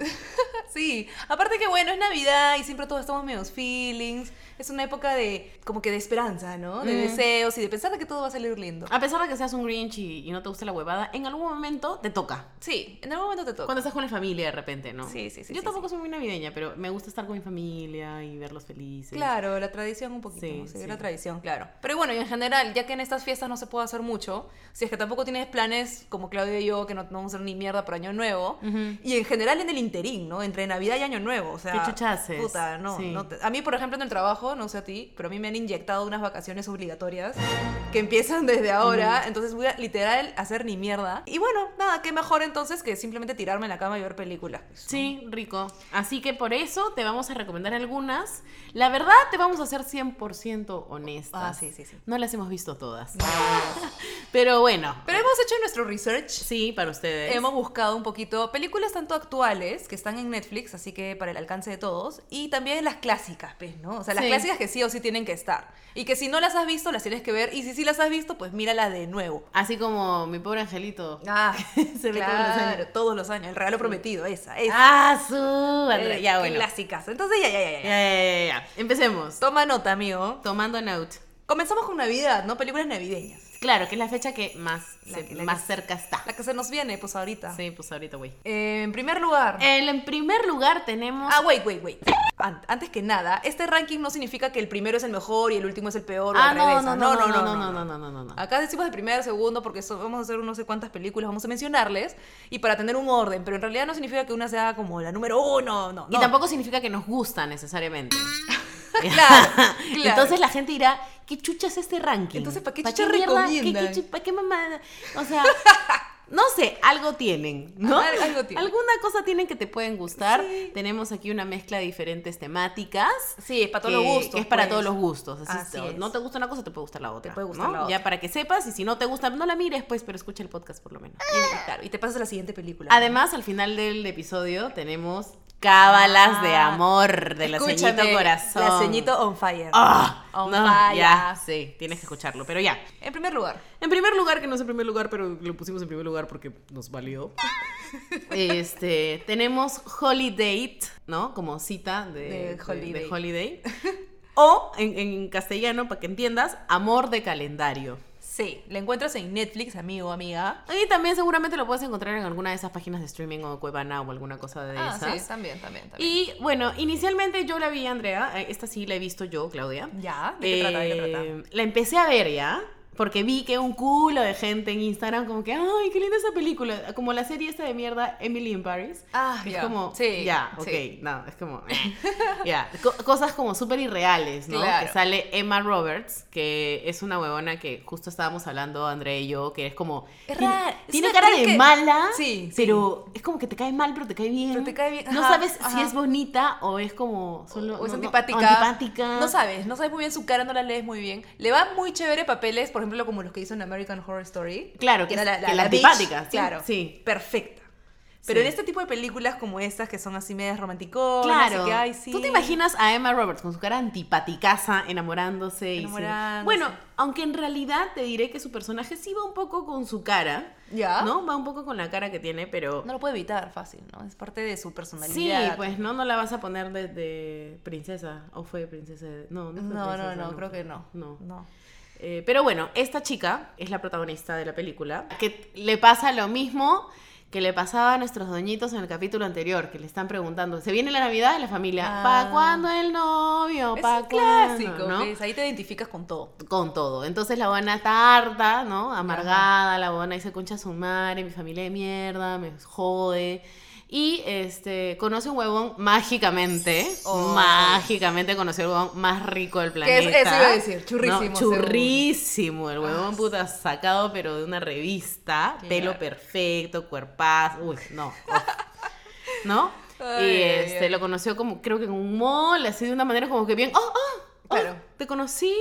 [SPEAKER 2] Sí, aparte que bueno, es Navidad y siempre todos estamos menos feelings. Es una época de como que de esperanza, ¿no? De
[SPEAKER 3] Mm.
[SPEAKER 2] deseos y de pensar de que todo va a salir lindo.
[SPEAKER 3] A pesar de que seas un Grinch y, y no te guste la huevada, en algún momento te toca.
[SPEAKER 2] Sí, en algún momento te toca.
[SPEAKER 3] Cuando estás con la familia de repente, ¿no?
[SPEAKER 2] Sí, sí, sí,
[SPEAKER 3] Yo
[SPEAKER 2] sí,
[SPEAKER 3] tampoco soy muy navideña, pero me gusta estar con mi familia y verlos felices.
[SPEAKER 2] Claro, la tradición un poquito,
[SPEAKER 3] Sí,
[SPEAKER 2] sí,
[SPEAKER 3] sí.
[SPEAKER 2] la tradición, claro. Pero bueno, y en general, ya que en estas fiestas no se puede hacer mucho, si es que tampoco tienes planes como Claudio y yo, que no, no vamos a hacer ni mierda para Año Nuevo,
[SPEAKER 3] Ujú.
[SPEAKER 2] y en general en el interín, ¿no? Entre Navidad y Año Nuevo, o sea...
[SPEAKER 3] ¿Qué chucha haces?
[SPEAKER 2] Puta, no.
[SPEAKER 3] Sí.
[SPEAKER 2] no te- a mí, por ejemplo, en el trabajo, no sé a ti, pero a mí me han inyectado unas vacaciones obligatorias que empiezan desde ahora, entonces voy a literal hacer ni mierda. Y bueno, nada, qué mejor entonces que simplemente tirarme en la cama y ver películas. pues, ¿no?
[SPEAKER 3] Sí, rico. Así que por eso te vamos a recomendar algunas. La verdad, te vamos a ser 100% honestas.
[SPEAKER 2] Ah, sí, sí, sí.
[SPEAKER 3] No las hemos visto todas. Pero bueno.
[SPEAKER 2] Pero hemos hecho nuestro research.
[SPEAKER 3] Sí, para ustedes.
[SPEAKER 2] Hemos buscado un poquito películas tanto actuales que están en Netflix, así que para el alcance de todos, y también las clásicas, pues, ¿no? O sea, las
[SPEAKER 3] Sí.
[SPEAKER 2] clásicas que sí o sí tienen que estar. Y que si no las has visto, las tienes que ver, y si sí las has visto, pues míralas de nuevo.
[SPEAKER 3] Así como mi pobre angelito.
[SPEAKER 2] (laughs) Ah,
[SPEAKER 3] Se ve todos los
[SPEAKER 2] claro,
[SPEAKER 3] años.
[SPEAKER 2] todos los años. El regalo prometido, esa, esa.
[SPEAKER 3] ¡Ah, su!
[SPEAKER 2] Eh,
[SPEAKER 3] Ya, bueno.
[SPEAKER 2] Clásicas. Entonces, ya, ya, ya, ya.
[SPEAKER 3] Ya, ya, ya, ya. Empecemos.
[SPEAKER 2] Toma nota, amigo.
[SPEAKER 3] Tomando note.
[SPEAKER 2] Comenzamos con Navidad, ¿no? Películas navideñas.
[SPEAKER 3] Claro, que es la fecha que más,
[SPEAKER 2] La
[SPEAKER 3] se-
[SPEAKER 2] que- la que-
[SPEAKER 3] más cerca está.
[SPEAKER 2] La que se nos viene, pues ahorita.
[SPEAKER 3] Sí, pues ahorita, güey.
[SPEAKER 2] Eh, en primer lugar.
[SPEAKER 3] El- En primer lugar tenemos...
[SPEAKER 2] Ah, wait, wait, wait. An- Antes que nada, este ranking no significa que el primero es el mejor y el último es el peor. o
[SPEAKER 3] Ah,
[SPEAKER 2] al
[SPEAKER 3] no,
[SPEAKER 2] revés,
[SPEAKER 3] no, no, no, no, no, no, no, no, no, no, no.
[SPEAKER 2] Acá decimos de primero, segundo, porque so- vamos a hacer no sé cuántas películas, vamos a mencionarles y para tener un orden, pero en realidad no significa que una sea como la número uno, no.
[SPEAKER 3] Y
[SPEAKER 2] no.
[SPEAKER 3] tampoco significa que nos gusta necesariamente.
[SPEAKER 2] (laughs) Claro,
[SPEAKER 3] (laughs)
[SPEAKER 2] claro.
[SPEAKER 3] Entonces la gente dirá, ¿qué chucha es este ranking?
[SPEAKER 2] Entonces, ¿pa' qué
[SPEAKER 3] ¿Pa'
[SPEAKER 2] chucha
[SPEAKER 3] mierda?
[SPEAKER 2] recomiendan?
[SPEAKER 3] ¿Qué, qué chu- pa' qué mamada? O sea, no sé, algo tienen, ¿no?
[SPEAKER 2] Al- algo tienen.
[SPEAKER 3] Alguna cosa tienen que te pueden gustar. Tenemos aquí una mezcla de diferentes temáticas.
[SPEAKER 2] Sí, es para todos
[SPEAKER 3] que-
[SPEAKER 2] los gustos.
[SPEAKER 3] que es para
[SPEAKER 2] pues.
[SPEAKER 3] todos los gustos. Así,
[SPEAKER 2] Así
[SPEAKER 3] te-
[SPEAKER 2] es.
[SPEAKER 3] No te gusta una cosa, te puede gustar la otra.
[SPEAKER 2] puede gustar
[SPEAKER 3] ¿no?
[SPEAKER 2] la otra.
[SPEAKER 3] Ya para que sepas, y si no te gusta, no la mires, pues, pero escucha el podcast por lo menos.
[SPEAKER 2] Y, claro, y te pasas a la siguiente película.
[SPEAKER 3] Además, al final del episodio tenemos cábalas de
[SPEAKER 2] Ah,
[SPEAKER 3] amor de la ceñito
[SPEAKER 2] Escúchame,
[SPEAKER 3] corazón.
[SPEAKER 2] La ceñito on fire.
[SPEAKER 3] Ah,
[SPEAKER 2] On
[SPEAKER 3] no,
[SPEAKER 2] fire.
[SPEAKER 3] ya, sí, tienes que escucharlo, pero ya.
[SPEAKER 2] En primer lugar,
[SPEAKER 3] En primer lugar, que no es en primer lugar, pero lo pusimos en primer lugar porque nos
[SPEAKER 2] (laughs)
[SPEAKER 3] valió. Este, tenemos Holiday, ¿no? Como cita de,
[SPEAKER 2] De holiday.
[SPEAKER 3] de
[SPEAKER 2] (laughs)
[SPEAKER 3] holiday. O en, en castellano, para que entiendas, amor de calendario.
[SPEAKER 2] sí, la encuentras en Netflix, amigo, amiga.
[SPEAKER 3] Y también seguramente lo puedes encontrar en alguna de esas páginas de streaming o Cuevana o alguna cosa de
[SPEAKER 2] Ah,
[SPEAKER 3] esas.
[SPEAKER 2] sí, también, también, también.
[SPEAKER 3] Y bueno, inicialmente yo la vi, Andrea. eh, Esta sí la he visto yo, Claudia.
[SPEAKER 2] Ya, ¿de qué trata? ¿De qué trata?
[SPEAKER 3] Eh, La empecé a ver ya. Porque vi que un culo de gente en Instagram como que, ay, qué linda esa película. Como la serie esta de mierda, Emily in Paris.
[SPEAKER 2] Ah,
[SPEAKER 3] que
[SPEAKER 2] ya.
[SPEAKER 3] es como,
[SPEAKER 2] Sí,
[SPEAKER 3] ya, ok,
[SPEAKER 2] sí.
[SPEAKER 3] no, es como,
[SPEAKER 2] (laughs)
[SPEAKER 3] eh, ya. Co- cosas como súper irreales, ¿no?
[SPEAKER 2] Claro.
[SPEAKER 3] Que sale Emma Roberts, que es una huevona que justo estábamos hablando, Andrea y yo, que es como,
[SPEAKER 2] Es
[SPEAKER 3] tiene-
[SPEAKER 2] rara, es
[SPEAKER 3] tiene
[SPEAKER 2] una
[SPEAKER 3] cara de
[SPEAKER 2] actriz que-
[SPEAKER 3] mala,
[SPEAKER 2] Sí, sí.
[SPEAKER 3] pero es como que te cae mal, pero te cae bien.
[SPEAKER 2] Pero te cae bien,
[SPEAKER 3] No
[SPEAKER 2] ajá,
[SPEAKER 3] sabes si
[SPEAKER 2] ajá.
[SPEAKER 3] es bonita o es como, solo,
[SPEAKER 2] o es
[SPEAKER 3] no, no,
[SPEAKER 2] antipática.
[SPEAKER 3] antipática.
[SPEAKER 2] No sabes, no sabes muy bien su cara, no la lees muy bien. Le va muy chévere papeles, por ejemplo, como los que hizo en American Horror Story.
[SPEAKER 3] Claro, que,
[SPEAKER 2] era
[SPEAKER 3] es- que
[SPEAKER 2] bitch,
[SPEAKER 3] antipática, sí,
[SPEAKER 2] claro.
[SPEAKER 3] Sí.
[SPEAKER 2] Perfecta. Pero
[SPEAKER 3] Sí.
[SPEAKER 2] en este tipo de películas como estas, que son así medias románticos,
[SPEAKER 3] Claro.
[SPEAKER 2] que, ay, sí.
[SPEAKER 3] ¿Tú te imaginas a Emma Roberts con su cara antipaticaza, enamorándose? y siendo-
[SPEAKER 2] Enamorándose.
[SPEAKER 3] Bueno, aunque en realidad te diré que su personaje sí va un poco con su cara,
[SPEAKER 2] Ya.
[SPEAKER 3] ¿no? Va un poco con la cara que tiene, pero...
[SPEAKER 2] ¿Ah? No lo puede evitar fácil, ¿no? Es parte de su
[SPEAKER 3] Sí,
[SPEAKER 2] personalidad.
[SPEAKER 3] pues no, no la vas a poner de, de princesa. ¿O fue princesa? de- No, no, fue
[SPEAKER 2] No, no,
[SPEAKER 3] princesa,
[SPEAKER 2] no, creo
[SPEAKER 3] fue.
[SPEAKER 2] que no.
[SPEAKER 3] No.
[SPEAKER 2] No.
[SPEAKER 3] Eh, pero bueno, esta chica es la protagonista de la película, que le pasa lo mismo que le pasaba a nuestros doñitos en el capítulo anterior, que le están preguntando, ¿se viene la Navidad de la familia?
[SPEAKER 2] Ah.
[SPEAKER 3] ¿Para cuándo el novio?
[SPEAKER 2] Es
[SPEAKER 3] ¿Para
[SPEAKER 2] un clásico,
[SPEAKER 3] ¿no?
[SPEAKER 2] ¿ves? Ahí te identificas con todo.
[SPEAKER 3] Con todo. Entonces la buena tarda, ¿no? Amargada, la buena dice, concha su madre, mi familia de mierda, me jode. Y este, conoce un huevón mágicamente,
[SPEAKER 2] Oh.
[SPEAKER 3] mágicamente conoció el huevón más rico del
[SPEAKER 2] Que es-
[SPEAKER 3] planeta.
[SPEAKER 2] eso iba a decir, churrísimo,
[SPEAKER 3] No,
[SPEAKER 2] seguro.
[SPEAKER 3] churrísimo, el huevón puta sacado, pero de una revista,
[SPEAKER 2] Claro.
[SPEAKER 3] pelo perfecto, cuerpazo, uy, no. ¿No?
[SPEAKER 2] Ay,
[SPEAKER 3] y
[SPEAKER 2] ay,
[SPEAKER 3] este,
[SPEAKER 2] ay.
[SPEAKER 3] lo conoció como, creo que en un mall, así de una manera como que bien, oh, oh, oh,
[SPEAKER 2] Claro.
[SPEAKER 3] te conocí.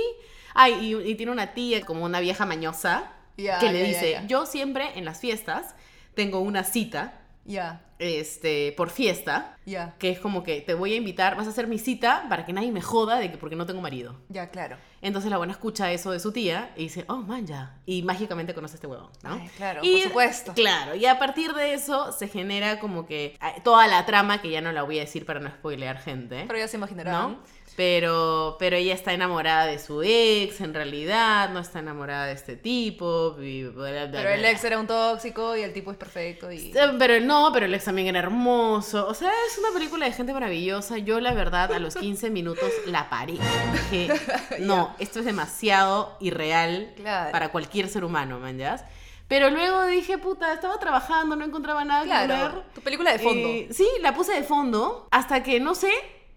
[SPEAKER 3] Ay, y, y tiene una tía, como una vieja mañosa,
[SPEAKER 2] Ya,
[SPEAKER 3] que le
[SPEAKER 2] ya, ya,
[SPEAKER 3] dice,
[SPEAKER 2] ya.
[SPEAKER 3] yo siempre en las fiestas tengo una cita
[SPEAKER 2] Ya.
[SPEAKER 3] este, por fiesta,
[SPEAKER 2] Ya,
[SPEAKER 3] que es como que te voy a invitar, vas a hacer mi cita para que nadie me joda de que porque no tengo marido.
[SPEAKER 2] ya, claro.
[SPEAKER 3] Entonces la buena escucha eso de su tía y dice, oh, man, ya. Y mágicamente conoce a este huevón, ¿no?
[SPEAKER 2] Ay, claro,
[SPEAKER 3] Y-
[SPEAKER 2] por supuesto.
[SPEAKER 3] Claro, y a partir de eso se genera como que eh, toda la trama, que ya no la voy a decir para no spoilear gente.
[SPEAKER 2] Pero ya se imaginarán.
[SPEAKER 3] ¿no? Pero, pero ella está enamorada de su ex, en realidad, no está enamorada de este tipo. y bla, bla,
[SPEAKER 2] Pero
[SPEAKER 3] bla,
[SPEAKER 2] el
[SPEAKER 3] bla.
[SPEAKER 2] ex era un tóxico y el tipo es perfecto y...
[SPEAKER 3] Eh, Pero él no, pero el ex también era hermoso. O sea, es una película de gente maravillosa. Yo, la verdad, a los 15 minutos la paré.
[SPEAKER 2] (laughs)
[SPEAKER 3] Dije, no, esto es demasiado irreal
[SPEAKER 2] Claro.
[SPEAKER 3] para cualquier ser humano, man, ¿yas? Pero luego dije, puta, estaba trabajando, no encontraba nada que
[SPEAKER 2] Claro,
[SPEAKER 3] ver.
[SPEAKER 2] tu película de fondo.
[SPEAKER 3] Y- sí, la puse de fondo hasta que, no sé,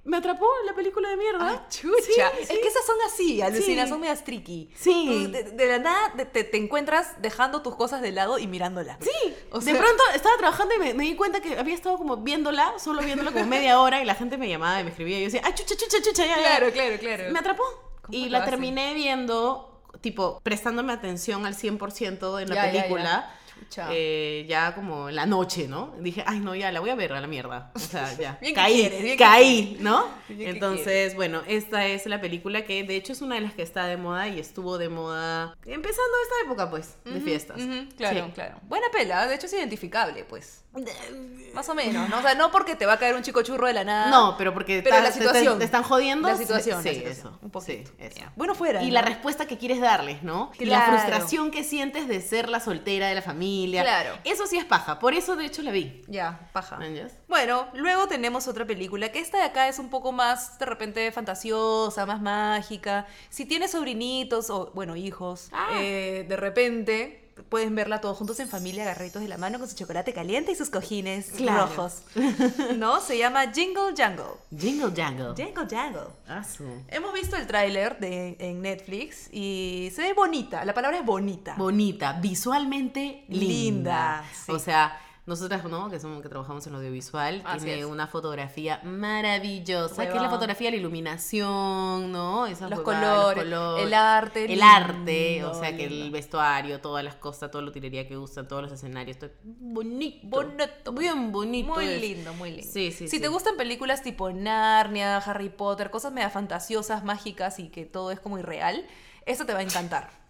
[SPEAKER 3] me atrapó la película de mierda.
[SPEAKER 2] Ah, chucha.
[SPEAKER 3] Sí,
[SPEAKER 2] es
[SPEAKER 3] sí.
[SPEAKER 2] que esas son así, alucinas,
[SPEAKER 3] Sí.
[SPEAKER 2] son medias tricky.
[SPEAKER 3] Sí.
[SPEAKER 2] Tú De, de la nada te- te, te encuentras dejando tus cosas de lado y mirándola.
[SPEAKER 3] Sí,
[SPEAKER 2] O
[SPEAKER 3] de
[SPEAKER 2] sea-
[SPEAKER 3] pronto estaba trabajando y me, me di cuenta que había estado como viéndola, solo viéndola como media hora y la gente me llamaba y me escribía y yo decía, ah, chucha, chucha, chucha, ya, ya".
[SPEAKER 2] Claro, claro, claro.
[SPEAKER 3] Me atrapó.
[SPEAKER 2] ¿Cómo
[SPEAKER 3] Y
[SPEAKER 2] lo
[SPEAKER 3] la
[SPEAKER 2] hacen?
[SPEAKER 3] terminé viendo, tipo, prestándome atención al 100% en la
[SPEAKER 2] Ya, ya, ya.
[SPEAKER 3] película.
[SPEAKER 2] Chucha.
[SPEAKER 3] eh, ya como en la noche, ¿no? Dije, ay, no, ya la voy a ver a la mierda. O
[SPEAKER 2] (laughs)
[SPEAKER 3] sea, ya.
[SPEAKER 2] Bien que
[SPEAKER 3] caí,
[SPEAKER 2] quieres, bien que
[SPEAKER 3] caí, ¿no?
[SPEAKER 2] Bien que
[SPEAKER 3] Entonces, bueno, esta es la película que de hecho es una de las que está de moda y estuvo de moda empezando esta época, pues, de
[SPEAKER 2] Ujú,
[SPEAKER 3] fiestas.
[SPEAKER 2] ujú, claro,
[SPEAKER 3] Sí.
[SPEAKER 2] claro. Buena pela, de hecho es identificable, pues. Más o menos, ¿no? O sea, no porque te va a caer un chico churro de la nada.
[SPEAKER 3] No, Ah, pero porque
[SPEAKER 2] Pero
[SPEAKER 3] ta-
[SPEAKER 2] la
[SPEAKER 3] te-
[SPEAKER 2] situación.
[SPEAKER 3] Te, te están jodiendo.
[SPEAKER 2] La situación,
[SPEAKER 3] Sí,
[SPEAKER 2] la situación,
[SPEAKER 3] eso.
[SPEAKER 2] un poquito.
[SPEAKER 3] sí, eso.
[SPEAKER 2] Bueno, fuera.
[SPEAKER 3] Y
[SPEAKER 2] ¿no?
[SPEAKER 3] la respuesta que quieres darles, ¿no? Y La
[SPEAKER 2] Claro.
[SPEAKER 3] frustración que sientes de ser la soltera de la familia.
[SPEAKER 2] Claro.
[SPEAKER 3] Eso sí es paja. Por eso, de hecho, la vi.
[SPEAKER 2] Ya, paja.
[SPEAKER 3] ¿Manjas?
[SPEAKER 2] Bueno, luego tenemos otra película, que esta de acá es un poco más, de repente, fantasiosa, más mágica. Si tienes sobrinitos o, bueno, hijos,
[SPEAKER 3] Ah.
[SPEAKER 2] eh, de repente pueden verla todos juntos en familia, agarraditos de la mano, con su chocolate caliente y sus cojines
[SPEAKER 3] Claro.
[SPEAKER 2] rojos. ¿No? Se llama Jingle Jangle.
[SPEAKER 3] Jingle Jangle.
[SPEAKER 2] Jingle Jangle.
[SPEAKER 3] Ah, su.
[SPEAKER 2] Hemos visto el tráiler de- en Netflix y se ve bonita, la palabra es bonita.
[SPEAKER 3] Bonita, visualmente linda.
[SPEAKER 2] Linda, sí.
[SPEAKER 3] O sea, nosotras, ¿no? Que somos que trabajamos en audiovisual,
[SPEAKER 2] Así
[SPEAKER 3] tiene
[SPEAKER 2] es.
[SPEAKER 3] una fotografía maravillosa.
[SPEAKER 2] Huevón.
[SPEAKER 3] Que es la fotografía, la iluminación, ¿no? Esas
[SPEAKER 2] Los
[SPEAKER 3] huevadas,
[SPEAKER 2] colores, el arte,
[SPEAKER 3] El
[SPEAKER 2] lindo,
[SPEAKER 3] arte, o sea, que el
[SPEAKER 2] lindo.
[SPEAKER 3] vestuario, todas las cosas, toda la utilería que usan, todos los escenarios, todo bonito.
[SPEAKER 2] Bonito.
[SPEAKER 3] Bien bonito.
[SPEAKER 2] Muy
[SPEAKER 3] es.
[SPEAKER 2] lindo, muy lindo.
[SPEAKER 3] Sí, sí,
[SPEAKER 2] Si
[SPEAKER 3] sí.
[SPEAKER 2] te gustan películas tipo Narnia, Harry Potter, cosas media fantasiosas, mágicas y que todo es como irreal, esta te va a (laughs) encantar.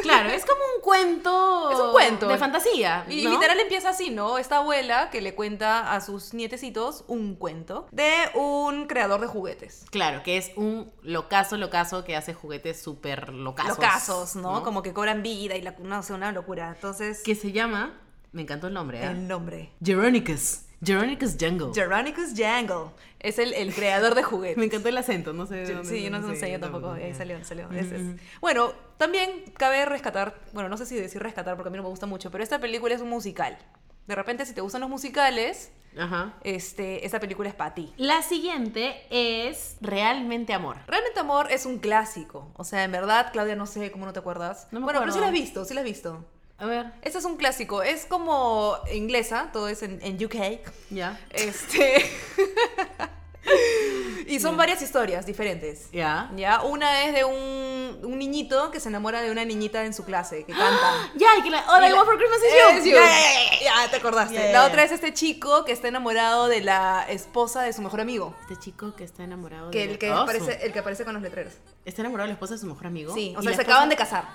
[SPEAKER 3] Claro, es como un cuento.
[SPEAKER 2] Es un cuento.
[SPEAKER 3] De fantasía.
[SPEAKER 2] Y
[SPEAKER 3] ¿no?
[SPEAKER 2] literal empieza así, ¿no? Esta abuela que le cuenta a sus nietecitos un cuento de un creador de juguetes.
[SPEAKER 3] Claro, que es un locazo, locazo que hace juguetes súper locazos.
[SPEAKER 2] Los casos, ¿no?
[SPEAKER 3] ¿no?
[SPEAKER 2] Como que cobran vida y la, no sé, una locura. Entonces,
[SPEAKER 3] Que se llama, me encantó el nombre, ¿eh?
[SPEAKER 2] el nombre.
[SPEAKER 3] Jeronicus. Jeronicus Jungle.
[SPEAKER 2] Jeronicus Jangle es el, el creador (laughs) de juguetes.
[SPEAKER 3] me encantó el acento, no sé de dónde.
[SPEAKER 2] Sí, yo no, no sé, yo tampoco. Ahí
[SPEAKER 3] ya.
[SPEAKER 2] salió, salió.
[SPEAKER 3] Mm,
[SPEAKER 2] Ese es. Bueno, también cabe rescatar, bueno, no sé si decir rescatar porque a mí no me gusta mucho, pero esta película es un musical. De repente, si te gustan los musicales,
[SPEAKER 3] Ajá.
[SPEAKER 2] este, esta película es para ti.
[SPEAKER 3] La siguiente es Realmente Amor.
[SPEAKER 2] Realmente Amor es un clásico. O sea, en verdad, Claudia, no sé cómo no te acuerdas.
[SPEAKER 3] No me
[SPEAKER 2] bueno, pero sí
[SPEAKER 3] acuerdo.
[SPEAKER 2] la has visto, sí la has visto.
[SPEAKER 3] A ver,
[SPEAKER 2] Este es un clásico. Es como inglesa, todo es en, en UK.
[SPEAKER 3] ya.
[SPEAKER 2] Este. (laughs) y son varias historias diferentes.
[SPEAKER 3] Ya.
[SPEAKER 2] Ya, una es de un, un niñito que se enamora de una niñita en su clase que canta.
[SPEAKER 3] Ya, y que la. All
[SPEAKER 2] Y
[SPEAKER 3] I
[SPEAKER 2] la-
[SPEAKER 3] want for Christmas is
[SPEAKER 2] Es
[SPEAKER 3] you.
[SPEAKER 2] you.
[SPEAKER 3] Ya, ya, ya, ya.
[SPEAKER 2] Ya, te acordaste.
[SPEAKER 3] Ya, ya,
[SPEAKER 2] La
[SPEAKER 3] ya.
[SPEAKER 2] otra es este chico que está enamorado de la esposa de su mejor amigo.
[SPEAKER 3] Este chico que está enamorado
[SPEAKER 2] Que
[SPEAKER 3] de
[SPEAKER 2] el que,
[SPEAKER 3] Ah, su-
[SPEAKER 2] aparece, el que aparece con los letreros.
[SPEAKER 3] Está enamorado de la esposa de su mejor amigo.
[SPEAKER 2] Sí, o
[SPEAKER 3] ¿Y
[SPEAKER 2] sea,
[SPEAKER 3] la
[SPEAKER 2] se
[SPEAKER 3] esposa- ¡Ah!
[SPEAKER 2] acaban de casar.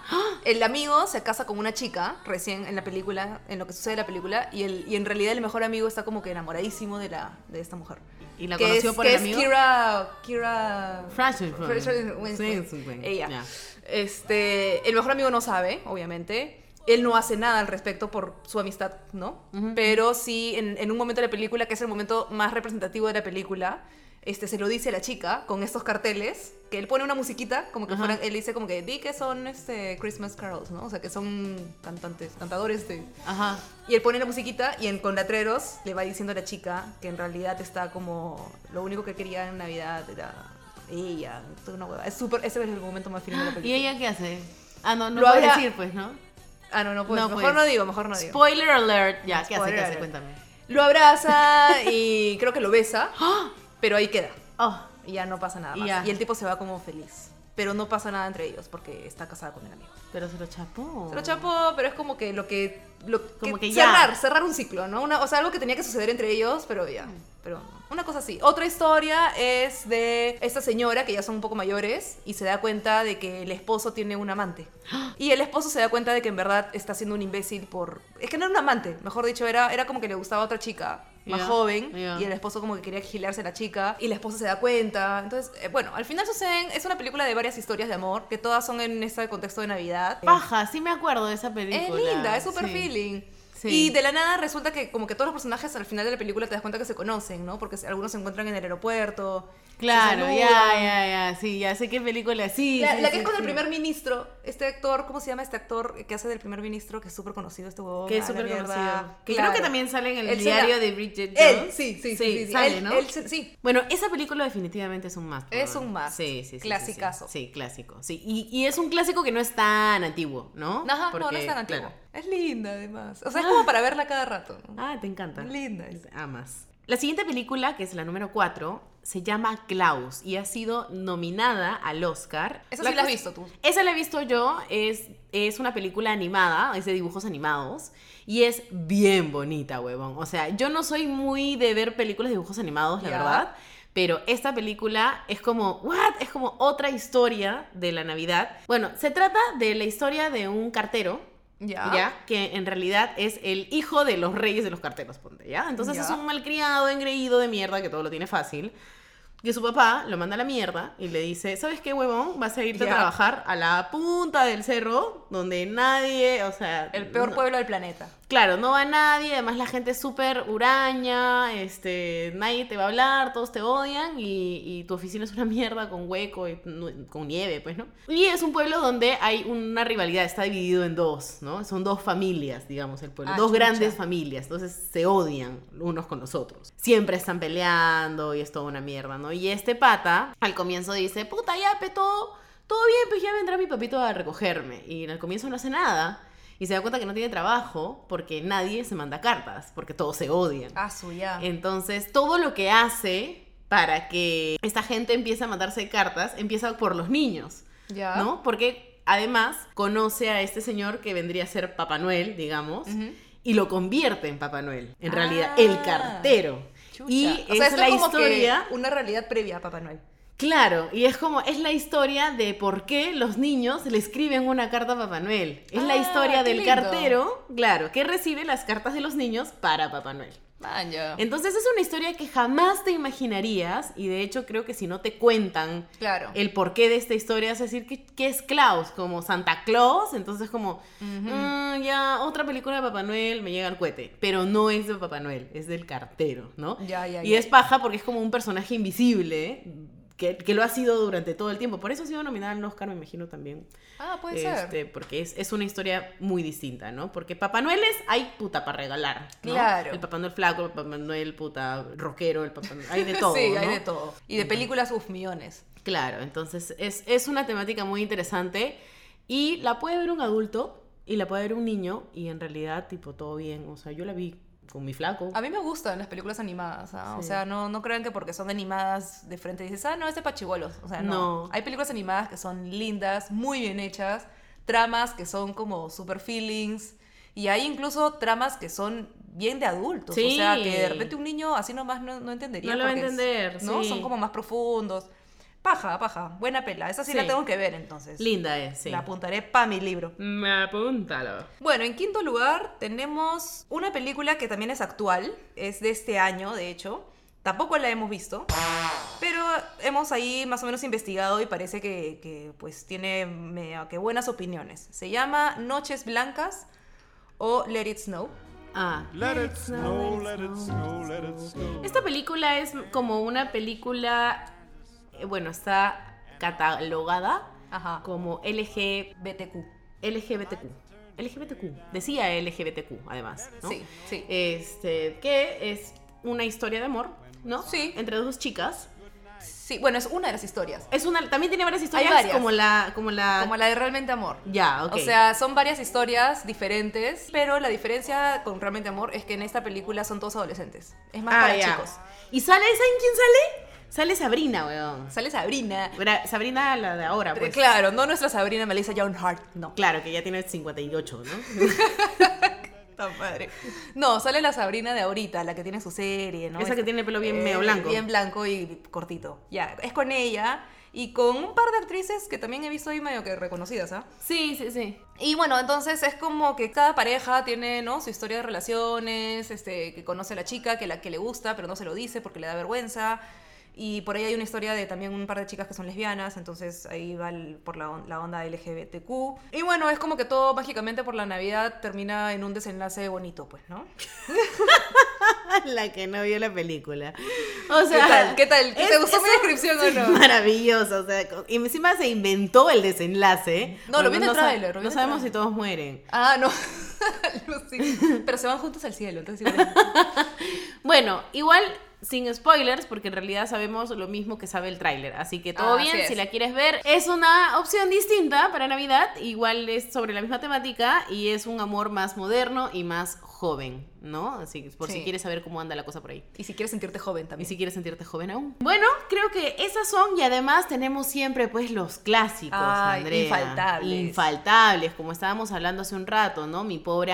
[SPEAKER 2] El amigo se casa con una chica recién en la película, en lo que sucede en la película, y, el, y en realidad el mejor amigo está como que enamoradísimo de, la, de esta mujer.
[SPEAKER 3] Y la
[SPEAKER 2] que
[SPEAKER 3] conoció
[SPEAKER 2] es,
[SPEAKER 3] por
[SPEAKER 2] que
[SPEAKER 3] el
[SPEAKER 2] es
[SPEAKER 3] amigo.
[SPEAKER 2] Kira. Kira.
[SPEAKER 3] Frances Ford.
[SPEAKER 2] Frances Winslet.
[SPEAKER 3] Sí, sí, sí.
[SPEAKER 2] Ella.
[SPEAKER 3] Ya.
[SPEAKER 2] Este, el mejor amigo no sabe, obviamente. Él no hace nada al respecto por su amistad, ¿no? Pero sí, en, en un momento de la película, que es el momento más representativo de la película, este, se lo dice a la chica con estos carteles, que él pone una musiquita, como que
[SPEAKER 3] Ajá.
[SPEAKER 2] fueran, él dice como que, di que son este, Christmas carols, ¿no? O sea, que son cantantes, cantadores de...
[SPEAKER 3] Ajá.
[SPEAKER 2] Y él pone la musiquita y en, con letreros le va diciendo a la chica que en realidad está como. Lo único que quería en Navidad era ella. toda Una hueva. Es súper. Ese es el momento más firme de
[SPEAKER 3] (gasps)
[SPEAKER 2] la
[SPEAKER 3] ¿Y
[SPEAKER 2] película.
[SPEAKER 3] ella qué hace? Ah, no, no
[SPEAKER 2] Lo
[SPEAKER 3] puedo
[SPEAKER 2] habrá-
[SPEAKER 3] decir, pues, ¿no?
[SPEAKER 2] Ah, no, no, pues.
[SPEAKER 3] No,
[SPEAKER 2] mejor
[SPEAKER 3] pues.
[SPEAKER 2] no digo, mejor no digo.
[SPEAKER 3] Spoiler alert. Ya, ¿qué hace? ¿Qué
[SPEAKER 2] Spoiler
[SPEAKER 3] hace?
[SPEAKER 2] alert.
[SPEAKER 3] Cuéntame.
[SPEAKER 2] Lo abraza y creo que lo besa, pero ahí queda.
[SPEAKER 3] ¡Ah! Oh,
[SPEAKER 2] Y ya no pasa nada
[SPEAKER 3] Y
[SPEAKER 2] más.
[SPEAKER 3] ya.
[SPEAKER 2] Y el tipo se va como feliz. pero no pasa nada entre ellos porque está casada con el amigo.
[SPEAKER 3] Pero se lo chapó.
[SPEAKER 2] Se lo chapó, pero es como que lo que... Lo
[SPEAKER 3] Oh. Como que ya.
[SPEAKER 2] cerrar, cerrar un ciclo, ¿no? Una, o sea, algo que tenía que suceder entre ellos, pero ya.
[SPEAKER 3] Mm.
[SPEAKER 2] Pero no. Una cosa así. Otra historia es de esta señora que ya son un poco mayores y se da cuenta de que el esposo tiene un
[SPEAKER 3] (gasps)
[SPEAKER 2] amante. Y el esposo se da cuenta de que en verdad está siendo un imbécil por... Es que no era un amante, mejor dicho, era, era como que le gustaba a otra chica más
[SPEAKER 3] Ya,
[SPEAKER 2] joven
[SPEAKER 3] ya.
[SPEAKER 2] y el esposo como que quería gilarse a la chica y la esposa se da cuenta. Entonces, eh, bueno, al final suceden... Es una película de varias historias de amor que todas son en este contexto de Navidad.
[SPEAKER 3] Paja, sí me acuerdo de esa película.
[SPEAKER 2] Es linda, es súper
[SPEAKER 3] Sí.
[SPEAKER 2] feeling.
[SPEAKER 3] Sí.
[SPEAKER 2] Y de la nada resulta que como que todos los personajes al final de la película te das cuenta que se conocen, ¿no? Porque algunos se encuentran en el aeropuerto. se
[SPEAKER 3] Claro,
[SPEAKER 2] saludan.
[SPEAKER 3] ya, ya, ya, sí, ya sé qué película, sí.
[SPEAKER 2] La,
[SPEAKER 3] sí,
[SPEAKER 2] la que
[SPEAKER 3] sí,
[SPEAKER 2] es con
[SPEAKER 3] sí.
[SPEAKER 2] el primer ministro, este actor, ¿cómo se llama este actor que hace del primer ministro? Que es súper conocido este huevón.
[SPEAKER 3] Que
[SPEAKER 2] a
[SPEAKER 3] es
[SPEAKER 2] la
[SPEAKER 3] súper
[SPEAKER 2] mierda.
[SPEAKER 3] conocido. Que
[SPEAKER 2] Claro.
[SPEAKER 3] creo que también sale en el
[SPEAKER 2] Él se la-
[SPEAKER 3] diario de Bridget
[SPEAKER 2] Él,
[SPEAKER 3] Jones.
[SPEAKER 2] sí, sí, sí. sí, sí.
[SPEAKER 3] sale,
[SPEAKER 2] Él-
[SPEAKER 3] ¿no?
[SPEAKER 2] él se- sí.
[SPEAKER 3] Bueno, esa película definitivamente es un must.
[SPEAKER 2] Es
[SPEAKER 3] ¿no?
[SPEAKER 2] un must.
[SPEAKER 3] Sí, sí, sí, sí. sí.
[SPEAKER 2] Clasicazo.
[SPEAKER 3] Sí, clásico. Sí, y, y es un clásico que no es tan antiguo, ¿no?
[SPEAKER 2] Ajá, no, no
[SPEAKER 3] Porque,
[SPEAKER 2] es tan antiguo.
[SPEAKER 3] claro.
[SPEAKER 2] Es linda además. O sea, es como para verla cada rato. ¿no?
[SPEAKER 3] Ah, te encanta.
[SPEAKER 2] Es linda. es-
[SPEAKER 3] Amas. La siguiente película, que es la número 4, se llama Klaus y ha sido nominada al Oscar.
[SPEAKER 2] Esa sí la has
[SPEAKER 3] cosa-
[SPEAKER 2] visto tú.
[SPEAKER 3] Esa la he visto yo, es, es una película animada, es de dibujos animados, y es bien bonita, huevón. O sea, yo no soy muy de ver películas de dibujos animados, la
[SPEAKER 2] Ya.
[SPEAKER 3] verdad, pero esta película es como, ¿what? Es como otra historia de la Navidad. Bueno, se trata de la historia de un cartero
[SPEAKER 2] Ya.
[SPEAKER 3] ¿Ya? Que en realidad es el hijo de los reyes de los carteros, ponte, ¿ya? Entonces
[SPEAKER 2] Ya.
[SPEAKER 3] es un malcriado, engreído de mierda que todo lo tiene fácil. Que su papá lo manda a la mierda y le dice, ¿sabes qué, huevón? Vas a irte
[SPEAKER 2] Ya.
[SPEAKER 3] a trabajar a la punta del cerro donde nadie, o sea...
[SPEAKER 2] El peor
[SPEAKER 3] no-
[SPEAKER 2] pueblo del planeta.
[SPEAKER 3] Claro, no va nadie, además la gente es súper huraña, este, nadie te va a hablar, todos te odian y, y tu oficina es una (laughs) mierda con hueco y nu- con nieve, pues, ¿no? Y es un pueblo donde hay una rivalidad, está dividido en dos, ¿no? Son dos familias, digamos, el pueblo,
[SPEAKER 2] Ah,
[SPEAKER 3] dos
[SPEAKER 2] chucha.
[SPEAKER 3] grandes familias, entonces se odian unos con los otros. Siempre están peleando y es toda una mierda, ¿no? Y este pata al comienzo dice, puta, ya, pe, todo, todo bien, pues ya vendrá mi papito a recogerme. Y al comienzo no hace nada. Y se da cuenta que no tiene trabajo porque nadie se manda cartas, porque todos se odian.
[SPEAKER 2] Ah, su ya.
[SPEAKER 3] Eh, Entonces, todo lo que hace para que esta gente empiece a mandarse cartas, empieza por los niños,
[SPEAKER 2] Ya.
[SPEAKER 3] ¿no? Porque además conoce a este señor que vendría a ser Papá Noel, digamos,
[SPEAKER 2] Ujú.
[SPEAKER 3] y lo convierte en Papá Noel, en
[SPEAKER 2] Ah.
[SPEAKER 3] realidad, el cartero. Y
[SPEAKER 2] Chucha.
[SPEAKER 3] es
[SPEAKER 2] esto
[SPEAKER 3] la
[SPEAKER 2] como que
[SPEAKER 3] historia
[SPEAKER 2] una realidad previa a Papá Noel.
[SPEAKER 3] Claro, y es como, es la historia de por qué los niños le escriben una carta a Papá Noel. Es la
[SPEAKER 2] Ah,
[SPEAKER 3] historia
[SPEAKER 2] qué
[SPEAKER 3] del
[SPEAKER 2] lindo.
[SPEAKER 3] cartero, claro, que recibe las cartas de los niños para Papá Noel.
[SPEAKER 2] Vaya.
[SPEAKER 3] Entonces es una historia que jamás te imaginarías, y de hecho creo que si no te cuentan
[SPEAKER 2] Claro.
[SPEAKER 3] el porqué de esta historia, es decir, que, que es Klaus, como Santa Claus, entonces como, "Mm, ya, otra película de Papá Noel, me llega el cohete, pero no es de Papá Noel, es del cartero, ¿no?
[SPEAKER 2] Ya, ya,
[SPEAKER 3] Y
[SPEAKER 2] ya.
[SPEAKER 3] es paja porque es como un personaje invisible que, que lo ha sido durante todo el tiempo. Por eso ha sido nominada al Oscar, me imagino también.
[SPEAKER 2] Ah, puede ser.
[SPEAKER 3] Este, Porque es, es una historia muy distinta, ¿no? Porque Papá Noel es, hay puta para regalar. ¿no?
[SPEAKER 2] Claro.
[SPEAKER 3] El Papá Noel flaco, el Papá Noel puta rockero, el Papá Noel. Hay
[SPEAKER 2] (laughs)
[SPEAKER 3] de todo.
[SPEAKER 2] sí, hay
[SPEAKER 3] ¿no?
[SPEAKER 2] de todo. Y de películas, uf, millones.
[SPEAKER 3] Claro, entonces es, es una temática muy interesante y la puede ver un adulto y la puede ver un niño y en realidad, tipo, todo bien. O sea, yo la vi con mi flaco.
[SPEAKER 2] A mí me gustan las películas animadas. ¿ah? O
[SPEAKER 3] Sí.
[SPEAKER 2] sea, no, no crean que porque son animadas de frente dices, ah, no, es de pachibolos. O sea, no.
[SPEAKER 3] No.
[SPEAKER 2] Hay películas animadas que son lindas, muy bien hechas, tramas que son como super feelings. Y hay incluso tramas que son bien de adultos. O
[SPEAKER 3] Sí.
[SPEAKER 2] sea, que de repente un niño así nomás no, no entendería.
[SPEAKER 3] No lo va a
[SPEAKER 2] porque es-
[SPEAKER 3] entender,
[SPEAKER 2] ¿no?
[SPEAKER 3] sí.
[SPEAKER 2] Son como más profundos. Paja, paja. Buena pela. Esa sí, la
[SPEAKER 3] Sí.
[SPEAKER 2] tengo que ver entonces.
[SPEAKER 3] Linda es, sí.
[SPEAKER 2] La apuntaré para mi libro.
[SPEAKER 3] Me apúntalo.
[SPEAKER 2] Bueno, en quinto lugar tenemos una película que también es actual, es de este año, de hecho. Tampoco la hemos visto, pero hemos ahí más o menos investigado y parece que, que, pues tiene medio que buenas opiniones. Se llama Noches Blancas o Let It Snow.
[SPEAKER 3] Ah.
[SPEAKER 4] Let it snow, let it snow, let it snow.
[SPEAKER 3] Esta película es como una película, eh, bueno, está catalogada
[SPEAKER 2] Ajá.
[SPEAKER 3] como LG,
[SPEAKER 2] BTQ.
[SPEAKER 3] LGBTQ. LGBTQ. Decía LGBTQ, además. ¿no?
[SPEAKER 2] Sí, sí.
[SPEAKER 3] Este, que es una historia de amor, ¿no?
[SPEAKER 2] Sí.
[SPEAKER 3] Entre dos chicas.
[SPEAKER 2] Sí, bueno, es una de las historias.
[SPEAKER 3] Es una, también tiene varias historias
[SPEAKER 2] varias.
[SPEAKER 3] como la, como la,
[SPEAKER 2] Como la de Realmente Amor.
[SPEAKER 3] Ya, Ah. ok.
[SPEAKER 2] O sea, son varias historias diferentes, pero la diferencia con Realmente Amor es que en esta película son todos adolescentes. Es más
[SPEAKER 3] Ah,
[SPEAKER 2] para
[SPEAKER 3] ya.
[SPEAKER 2] chicos.
[SPEAKER 3] ¿Y sale? ¿Saben quién sale? Sale Sabrina, weón.
[SPEAKER 2] Sale Sabrina.
[SPEAKER 3] Gra- Sabrina, la de ahora, pues.
[SPEAKER 2] Claro, no nuestra Sabrina Melissa John Hart, no.
[SPEAKER 3] Claro, que ya tiene 58, ¿no?
[SPEAKER 2] No, sale la Sabrina de ahorita, la que tiene su serie, ¿no? eh,
[SPEAKER 3] Esa que tiene el pelo bien medio blanco.
[SPEAKER 2] Bien blanco y cortito. Ya, es con ella y con un par de actrices que también he visto ahí medio que reconocidas, ¿ah?
[SPEAKER 3] Sí, sí, sí.
[SPEAKER 2] Y bueno, entonces es como que cada pareja tiene, ¿no? Su historia de relaciones, este, que conoce a la chica, que la que le gusta, pero no se lo dice porque le da vergüenza. Y por ahí hay una historia de también un par de chicas que son lesbianas, entonces ahí va el- por la, on- la onda LGBTQ. Y bueno, es como que todo mágicamente por la Navidad termina en un desenlace bonito, pues, ¿no?
[SPEAKER 3] (laughs) La que no vio la película. O
[SPEAKER 2] ¿Qué
[SPEAKER 3] sea,
[SPEAKER 2] tal? ¿Qué tal? ¿Qué ¿Te
[SPEAKER 3] es-
[SPEAKER 2] gustó
[SPEAKER 3] es
[SPEAKER 2] mi
[SPEAKER 3] un-
[SPEAKER 2] descripción o
[SPEAKER 3] (laughs)
[SPEAKER 2] no?
[SPEAKER 3] Maravilloso, o sea, co- y encima se inventó el desenlace.
[SPEAKER 2] No, lo vi en el
[SPEAKER 3] sa-
[SPEAKER 2] tráiler, lo vi
[SPEAKER 3] No
[SPEAKER 2] en el
[SPEAKER 3] sabemos si
[SPEAKER 2] tráiler.
[SPEAKER 3] todos mueren.
[SPEAKER 2] Ah, no. (laughs) No, sí. Pero se van juntos al cielo, entonces igual-
[SPEAKER 3] Bueno, igual sin spoilers, porque en realidad sabemos lo mismo que sabe el tráiler. Así que todo
[SPEAKER 2] Ah, así
[SPEAKER 3] bien,
[SPEAKER 2] es.
[SPEAKER 3] si la quieres ver. Es una opción distinta para Navidad, igual es sobre la misma temática y es un amor más moderno y más joven, ¿no? Así que por si
[SPEAKER 2] Sí.
[SPEAKER 3] quieres saber cómo anda la cosa por ahí.
[SPEAKER 2] Y si quieres sentirte joven
[SPEAKER 3] Y
[SPEAKER 2] también.
[SPEAKER 3] si quieres sentirte joven aún. Bueno, creo que esas son y además tenemos siempre pues los clásicos,
[SPEAKER 2] Ay,
[SPEAKER 3] Andrea.
[SPEAKER 2] infaltables.
[SPEAKER 3] Infaltables, como estábamos hablando hace un rato, ¿no? Mi pobre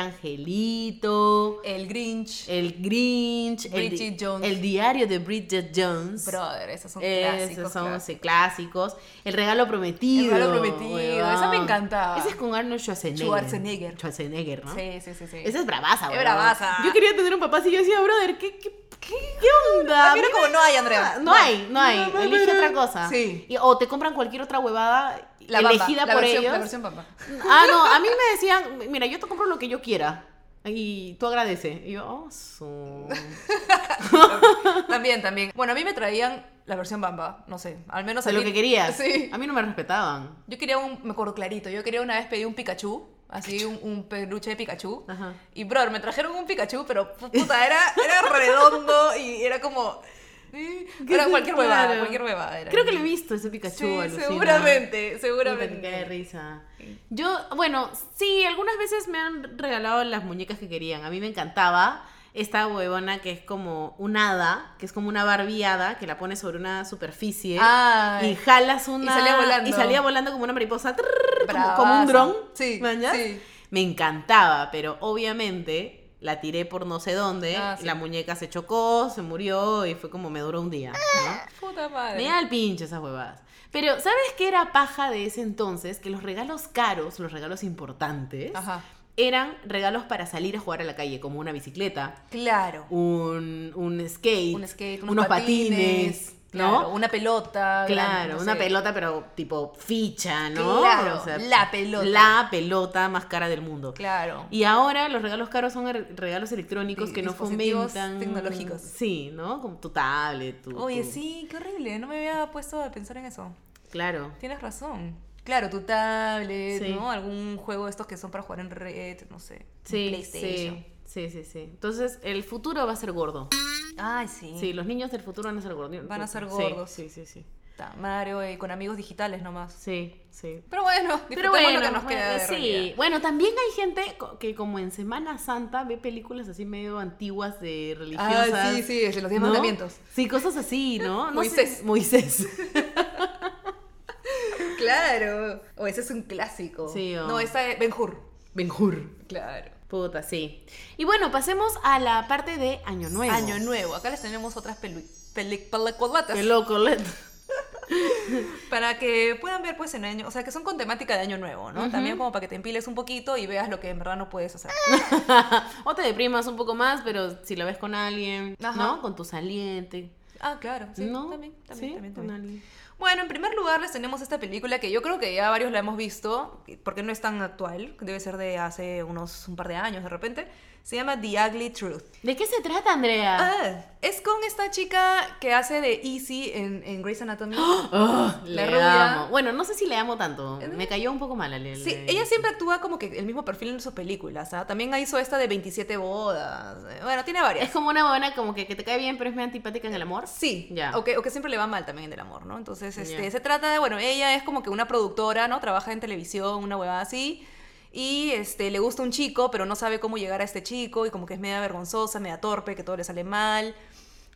[SPEAKER 3] angelito,
[SPEAKER 2] El Grinch.
[SPEAKER 3] el Grinch, el di-
[SPEAKER 2] Bridget Jones.
[SPEAKER 3] el diario de Bridget Jones.
[SPEAKER 2] Brother, esos son
[SPEAKER 3] Esos
[SPEAKER 2] clásicos.
[SPEAKER 3] son
[SPEAKER 2] clásicos.
[SPEAKER 3] sí, clásicos. El regalo prometido.
[SPEAKER 2] El regalo prometido, esa me encantaba.
[SPEAKER 3] Ese es con Arnold Schwarzenegger.
[SPEAKER 2] Schwarzenegger.
[SPEAKER 3] Schwarzenegger, ¿no?
[SPEAKER 2] Sí, sí, sí, sí.
[SPEAKER 3] Esa es bravaza,
[SPEAKER 2] Es
[SPEAKER 3] weón.
[SPEAKER 2] bravaza.
[SPEAKER 3] Yo quería tener un papá así. Yo decía, brother, ¿qué, qué, qué, qué onda?
[SPEAKER 2] Ah, mira como no hay, Andrea.
[SPEAKER 3] No hay, no hay. Elige otra cosa.
[SPEAKER 2] Sí.
[SPEAKER 3] Y- o te compran cualquier otra huevada
[SPEAKER 2] La papa,
[SPEAKER 3] elegida
[SPEAKER 2] la
[SPEAKER 3] por
[SPEAKER 2] versión,
[SPEAKER 3] ellos.
[SPEAKER 2] La
[SPEAKER 3] (laughs)
[SPEAKER 2] versión papa.
[SPEAKER 3] Ah, no,
[SPEAKER 2] (laughs)
[SPEAKER 3] a mí me decían, mira, yo te compro lo que yo quiera. Y tú agradece. Y yo, oh,
[SPEAKER 2] (laughs)
[SPEAKER 3] su-
[SPEAKER 2] También, también. Bueno, a mí me traían la versión bamba, no sé, al menos
[SPEAKER 3] de
[SPEAKER 2] a
[SPEAKER 3] lo
[SPEAKER 2] mí-
[SPEAKER 3] que querías.
[SPEAKER 2] Sí.
[SPEAKER 3] A mí no me respetaban.
[SPEAKER 2] Yo quería un, me acuerdo clarito, yo quería una vez pedir un Pikachu, así un, un peluche de Pikachu.
[SPEAKER 3] Ajá.
[SPEAKER 2] Y brother, me trajeron un Pikachu, pero pu- puta, era, era redondo y era como... eh, Era
[SPEAKER 3] es
[SPEAKER 2] cualquier huevada,
[SPEAKER 3] claro.
[SPEAKER 2] cualquier huevada. era.
[SPEAKER 3] Creo que lo he visto, ese Pikachu.
[SPEAKER 2] Sí,
[SPEAKER 3] alucina.
[SPEAKER 2] seguramente,
[SPEAKER 3] Puta, que cae de
[SPEAKER 2] seguramente.
[SPEAKER 3] risa. Yo, bueno, sí, algunas veces me han regalado las muñecas que querían. A mí me encantaba esta huevona que es como un hada, que es como una barbiada, que la pones sobre una superficie
[SPEAKER 2] Ay.
[SPEAKER 3] y jalas una.
[SPEAKER 2] salía volando.
[SPEAKER 3] y salía volando como una mariposa, trrr, como,
[SPEAKER 2] Bravaza.
[SPEAKER 3] como un dron.
[SPEAKER 2] Sí,
[SPEAKER 3] ¿mañas?
[SPEAKER 2] sí.
[SPEAKER 3] Me encantaba, pero obviamente. La tiré por no sé dónde,
[SPEAKER 2] Ah, sí.
[SPEAKER 3] la muñeca se chocó, se murió y fue como me duró un día. ¿no?
[SPEAKER 2] Puta madre.
[SPEAKER 3] Me da el pinche esas huevadas. Pero, ¿sabes qué era paja de ese entonces? Que los regalos caros, los regalos importantes,
[SPEAKER 2] Ajá.
[SPEAKER 3] eran regalos para salir a jugar a la calle, como una bicicleta,
[SPEAKER 2] Claro.
[SPEAKER 3] un, un skate,
[SPEAKER 2] Un skate, unos,
[SPEAKER 3] unos, patines, ¿no?
[SPEAKER 2] claro, una pelota. grande,
[SPEAKER 3] Claro,
[SPEAKER 2] no
[SPEAKER 3] una
[SPEAKER 2] sé.
[SPEAKER 3] pelota, pero tipo ficha, ¿no?
[SPEAKER 2] Claro, la pelota.
[SPEAKER 3] La pelota más cara del mundo.
[SPEAKER 2] Claro.
[SPEAKER 3] Y ahora los regalos caros son er- regalos electrónicos
[SPEAKER 2] Di-
[SPEAKER 3] que no
[SPEAKER 2] dispositivos
[SPEAKER 3] fomentan.
[SPEAKER 2] tecnológicos.
[SPEAKER 3] Sí, ¿no? Como tu tablet, tu.
[SPEAKER 2] Oye,
[SPEAKER 3] tu-
[SPEAKER 2] sí, qué horrible. No me había puesto a pensar en eso.
[SPEAKER 3] Claro.
[SPEAKER 2] Tienes razón. Claro, tu tablet,
[SPEAKER 3] Sí.
[SPEAKER 2] ¿no? Algún juego de estos que son para jugar en red, no sé. un
[SPEAKER 3] Sí,
[SPEAKER 2] PlayStation.
[SPEAKER 3] sí, sí, sí, sí. Entonces, el futuro va a ser gordo.
[SPEAKER 2] Ay, sí.
[SPEAKER 3] Sí, los niños del futuro van a ser gordos.
[SPEAKER 2] Van a ser
[SPEAKER 3] Sí,
[SPEAKER 2] gordos.
[SPEAKER 3] Sí, sí, sí.
[SPEAKER 2] Ta Mario eh, con amigos digitales nomás.
[SPEAKER 3] Sí, sí.
[SPEAKER 2] Pero bueno,
[SPEAKER 3] Pero
[SPEAKER 2] disfrutemos
[SPEAKER 3] bueno,
[SPEAKER 2] lo que nos queda de
[SPEAKER 3] bueno, sí.
[SPEAKER 2] realidad.
[SPEAKER 3] Bueno, también hay gente co- que como en Semana Santa ve películas así medio antiguas de religiosas.
[SPEAKER 2] Ah, sí, sí, es de los 10
[SPEAKER 3] ¿no?
[SPEAKER 2] mandamientos.
[SPEAKER 3] Sí, cosas así, ¿no? No sé-
[SPEAKER 2] Moisés.
[SPEAKER 3] Moisés. (laughs)
[SPEAKER 2] Claro. O ese es un clásico.
[SPEAKER 3] Sí, o-
[SPEAKER 2] No, esa es Benjur.
[SPEAKER 3] Benjur.
[SPEAKER 2] Claro.
[SPEAKER 3] Puta, sí. Y bueno, pasemos a la parte de Año Nuevo.
[SPEAKER 2] Año Nuevo. Acá les tenemos otras películas. Películas.
[SPEAKER 3] Qué loco, Let. (laughs)
[SPEAKER 2] Para que puedan ver, pues, en año. O sea, que son con temática de año nuevo, ¿no?
[SPEAKER 3] Ujú.
[SPEAKER 2] También como para que te empiles un poquito y veas lo que en verdad no puedes hacer.
[SPEAKER 3] O te deprimas un poco más, pero si la ves con alguien,
[SPEAKER 2] Ajá.
[SPEAKER 3] ¿no? Con tu saliente.
[SPEAKER 2] Ah, claro. Sí,
[SPEAKER 3] ¿No?
[SPEAKER 2] también, también,
[SPEAKER 3] Sí,
[SPEAKER 2] también,
[SPEAKER 3] con
[SPEAKER 2] también.
[SPEAKER 3] alguien.
[SPEAKER 2] Bueno, en primer lugar les tenemos esta película que yo creo que ya varios la hemos visto, porque no es tan actual, debe ser de hace unos un par de años de repente. Se llama The Ugly Truth.
[SPEAKER 3] ¿De qué se trata, Andrea?
[SPEAKER 2] Ah, es con esta chica que hace de Easy en, en Grey's Anatomy.
[SPEAKER 3] Ah,
[SPEAKER 2] la
[SPEAKER 3] le
[SPEAKER 2] rubia.
[SPEAKER 3] amo. Bueno, no sé si le amo tanto. Me cayó un poco mal a Lele.
[SPEAKER 2] Sí, ella siempre actúa como que el mismo perfil en sus películas. ¿ah? También hizo esta de 27 bodas. eh, Bueno, tiene varias.
[SPEAKER 3] Es como una buena, como que, que te cae bien, pero es muy antipática en el amor.
[SPEAKER 2] Sí,
[SPEAKER 3] Ya.
[SPEAKER 2] o, que, o que siempre le va mal también en el amor, ¿no? Entonces, este,
[SPEAKER 3] Ya.
[SPEAKER 2] se trata de, bueno, ella es como que una productora, ¿no? Trabaja en televisión, una huevada así, y este, le gusta un chico, pero no sabe cómo llegar a este chico, y como que es media vergonzosa, media torpe, que todo le sale mal,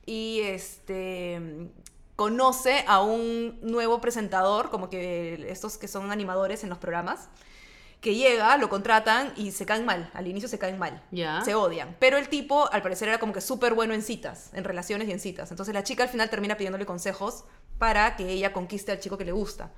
[SPEAKER 2] y este, conoce a un nuevo presentador, como que estos que son animadores en los programas, que llega, lo contratan y se caen mal. Al inicio se caen mal.
[SPEAKER 3] Ya.
[SPEAKER 2] Se odian. Pero el tipo, al parecer, era como que súper bueno en citas, en relaciones y en citas. Entonces la chica al final termina pidiéndole consejos para que ella conquiste al chico que le gusta.